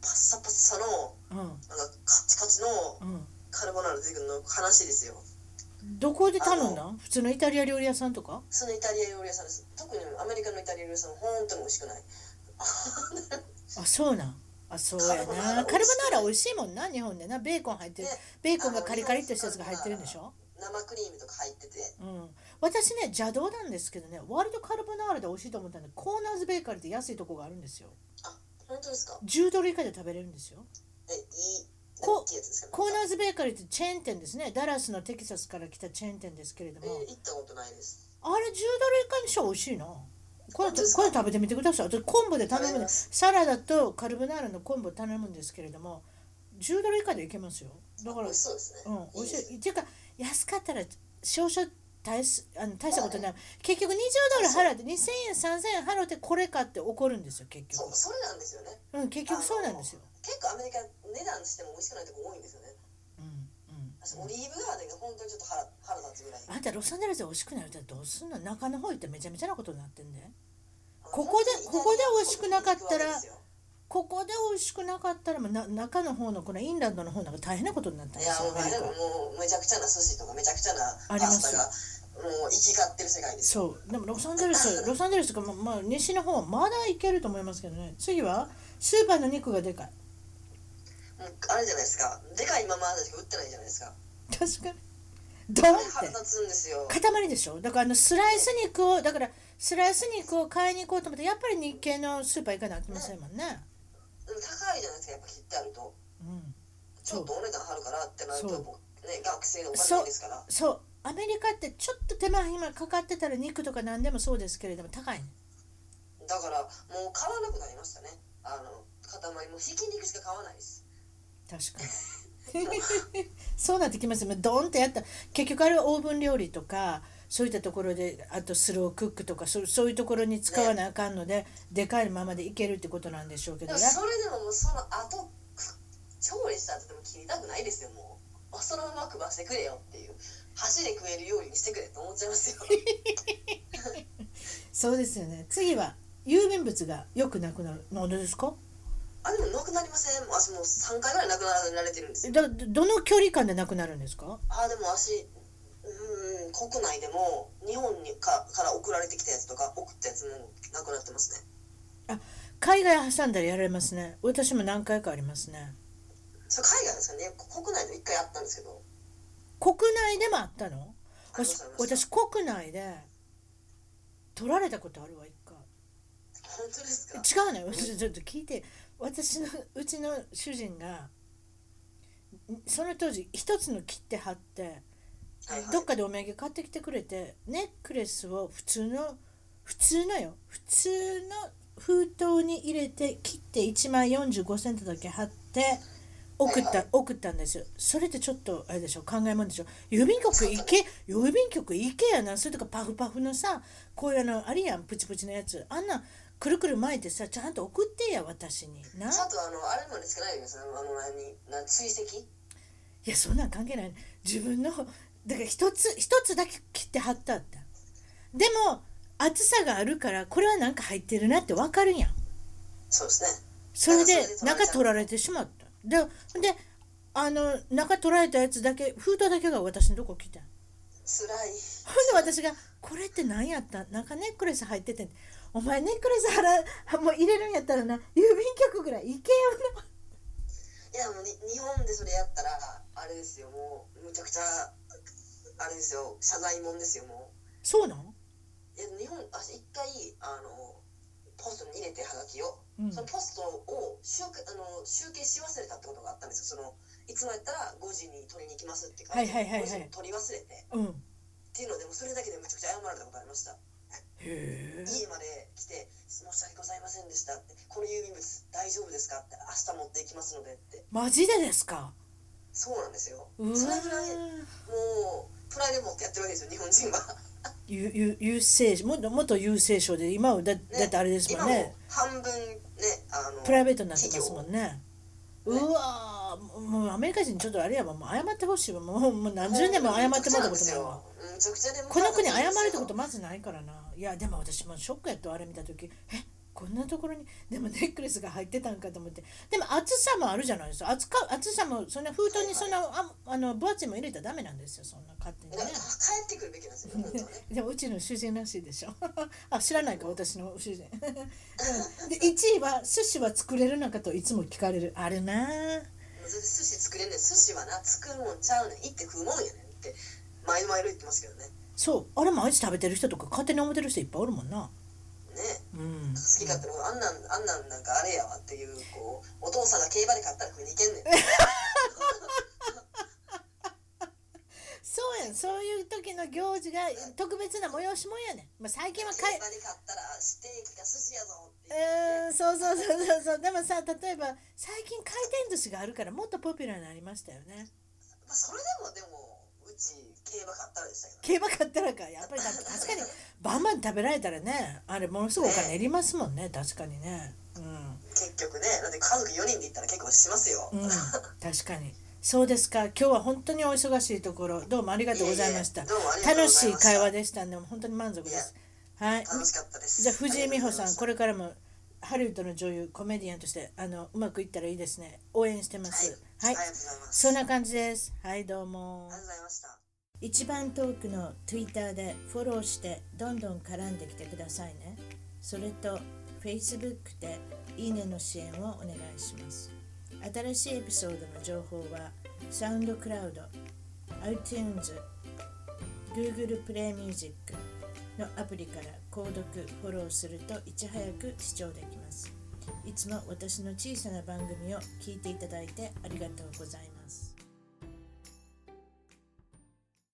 B: パッサパッサのなんかカチカチの
A: うん
B: カルボナーラ出てくるの悲しいですよ
A: どこで頼んだん普通のイタリア料理屋さんとか
B: そのイタリア料理屋さんです特にアメリカのイタリア料理屋さんは本当に美味しくない
A: あそうなんあそうやなカ
B: カ
A: ルボ
B: ルボ
A: ナ
B: ナ
A: ーラ
B: ーラ
A: 美
B: 美
A: 味しいもんな日本でなベーコン入ってる
B: ね
A: ベーコンがカリカリっとしたやつが入ってるんでしょ
B: 生クリームとか入ってて
A: うん、私ね邪道なんですけどね割とカルボナーラで美味しいと思ったんでコーナーズベーカリーって安いとこがあるんですよ
B: 本当ですか
A: 10ドル以下で食べれるんですよ
B: えいい
A: こ
B: 大きいやつですか
A: コーナーズベーカリーってチェーン店ですねダラスのテキサスから来たチェーン店ですけれど
B: え
A: も、
B: ー行ったことないです
A: あれ10ドル以下にしたら美味しいなこれ
B: そうです
A: こ
B: か
A: れ食べてみてください私コンボで頼む
B: 食べ
A: んで
B: ます
A: サラダとカルボナーラのコンボ頼むんですけれども10ドル以下でいけますよだから
B: 美味しそうですね、
A: うん、美味
B: です
A: しいっていうか安かったら少々大すあの大したことない結局20ドル払って2000円3000円払ってこれかって怒るんですよ結
B: そ
A: 局
B: う、それなんですよね。
A: うん、結局そうなんですよ、
B: 結構アメリカ値段しても美味しくないとこ多いんですよね。
A: うん
B: 私
A: うん
B: オリーブガーデンが本当にちょっと腹腹立つぐらい。
A: あんたロサンゼルスで美味しくなるってどうすんの中の方行ってめちゃめちゃなことになってんでここでここで美味しくなかったら
B: いや
A: ここで美味しくなかったらもうな中の方のこのインランドの方なんか大変なことになったんですよ
B: もう
A: アメリカ
B: もうめちゃくちゃな寿司とかめちゃくちゃなパスタがもう行き交ってる世界ですよ
A: そうでもロサンゼル (laughs) スロサンゼルスとか、ままあ、西の方まだ行けると思いますけどね次はスーパーの肉がでかい
B: もうあれじゃないですかでかいまましか売ってないじゃないですか
A: 確かにドンっ
B: あれ腹
A: て
B: 立つんですよ
A: 塊でしょだからあのスライス肉をだからスライス肉を買いに行こうと思ってやっぱり日系のスーパー行かなきゃいけませんもんね、
B: でも高いじゃないですかやっぱ切ってあると
A: うん、
B: ちょっとお値段張るからってなると
A: そう
B: 僕ね学生のお金ないですから
A: そうアメリカってちょっと手間暇かかってたら肉とか何でもそうですけれども高いね
B: だからもう買わなくなりましたねあの塊もひき肉しか買わないです
A: 確かに (laughs) そうなってきますよドンってやった結局あれはオーブン料理とかそういったところであとスロークックとかそうそういうところに使わなあかんので、でかいままでいけるってことなんでしょうけ
B: で
A: ど
B: も
A: ね
B: それでももうその後く調理した後でも切りたくないですよもうそのまま食わせてくれよっていう箸で食える料理にしてくれと思っちゃいますよ
A: そうですよね次は郵便物がよくなくなる何でですか
B: あでもなくなりません足もう3回ぐらいなくなられてるんですよ
A: だどどの距離感でなくなるんですか
B: あでも足うーん国内でも日本にかから送られてきたやつとか送ったやつもなくなってますね
A: 海外挟んだらやられますね私も何回かありますね
B: それ海外ですかねこ国内で1回あったんですけど
A: 国内でもあったの
B: ありま
A: 私
B: したありました
A: 私国内で取られたことあるわ一回
B: 本当ですか
A: 違うのよ私ちょっと聞いて私のうちの主人がその当時一つの切って貼って
B: はいはい
A: どっかでお土産買ってきてくれてネックレスを普通の普通のよ普通の封筒に入れて切って1枚45セントだけ貼って送っ
B: はいは
A: た送ったんですよそれってちょっとあれでしょ考えもんでしょ郵便局行け郵便局行けやなそれとかパフパフのさこういうあのあれやんプチプチのやつあんなくるくる巻いてさちゃんと送ってや私にな
B: ちゃんとあのあれまでつけないでくださいあの何何追跡
A: いやそんなん関係ない自分のだから一つ一つだけ切って貼ってあったでも厚さがあるからこれはなんか入ってるなって分かるやん
B: そうですね
A: それで
B: なん
A: 中
B: かそれで取
A: 取
B: ら
A: られてしまったでであの中取られたやつだけ封筒だけが私のとこ来た
B: つらい
A: ほんで私が「これって何やったんなんかネックレス入っててん」お前ネックレス払うもう入れるんやったらな郵便局ぐらい行けよない
B: やもうに日本でそれやったらあれですよもうむちゃくちゃあれですよ謝罪もんですよもう
A: そうなの
B: いや日本あ一回あのポストに入れてはがきを、
A: うん
B: そのポストを集計あの集計し忘れたってことがあったんですよそのいつもやったら5時に取りに行きますって書いて、
A: はいはいはいはい
B: 5時に取り忘れてっ
A: うん
B: ていうのでもうそれだけでむちゃくちゃ謝られたことありました
A: へえ
B: 家まで来て「申し訳ございませんでした」って「この郵便物大丈夫ですか?」って「明日持っていきますので」って
A: マジでですか
B: そうなんですよ
A: うわ
B: それぐらい
A: ー
B: もうプライド持ってやってるわけですよ日本人は
A: ゆゆ郵政も元郵政省で今はだだってあれですもん
B: 今
A: ね
B: も半分ねあの
A: プライベートになってますもんねう
B: 企業
A: わーもうアメリカ人ちょっとあれやわもう謝ってほしいわもうもう何十年も謝ってもらったことないわ
B: むちゃくちゃでも
A: この国謝るってことまずないからないやでも私もショックやったあれ見た時えこんなところにでもネックレスが入ってたんかと思ってでも厚さもあるじゃないですか厚か厚さもそんな封筒にそんなああの分厚いも入れたらダメなんですよそんな勝手に
B: だ
A: ね
B: から帰ってくるべきなんですよ本当はね (laughs)
A: でもうちの主人らしいでしょ (laughs) あ知らないか私の主人 (laughs) うんで1位は寿司は作れるのかといつも聞かれるあるなぁ
B: もう寿司作れんねん寿司はな作るもんちゃうねん行って食うもんやねんって毎度毎度言ってますけどね
A: そうあれ毎日食べてる人とか勝手に思ってる人いっぱいおるもんな
B: ね
A: うん
B: 好き勝手なことあんなんあんなんなんかあれやわっていうこうお父さんが競馬で買ったら食いに行けんねん
A: そうやんそういう時の行事が特別な催しもんやねん、まあ、最近は
B: 競
A: かい
B: 馬で買ったらステーキが寿司やぞっていうう、ね、
A: んそうそうそうそうそうでもさ例えば最近回転寿司があるからもっとポピュラーになりましたよね
B: まあそれでもでもうち競馬買ったらでしたけど
A: 競馬買ったらかやっぱりだって確かにバンバン食べられたらねあれものすごいお金いりますもんね確かにねう
B: 結局ねだって家族4人で行ったら結構しますよ、
A: ん、うん、確かにそうですか今日は本当にお忙しいところどうもありがとうございました
B: いえいえどうもありがとうござい
A: 楽
B: まし
A: したい会話でしたんで本当に満足ですはい
B: (laughs) 楽しかったです
A: じゃあ藤井美穂さんこ
B: れ
A: れからもハリウッドの女優コメディアンとしてあのうまくいったらいいですね応援してま
B: はい
A: す、は
B: は、
A: いい
B: ありがとうございます
A: そんな感じですはいどうも
B: ありがとうございました
A: 一番遠くの Twitter でフォローしてどんどん絡んできてくださいねそれと Facebook でいいねの支援をお願いします新しいエピソードの情報はサウンドクラウド iTunes Google プレイミュージックのアプリから購読フォローするといち早く視聴できますいつも私の小さな番組を聞いていただいてありがとうございます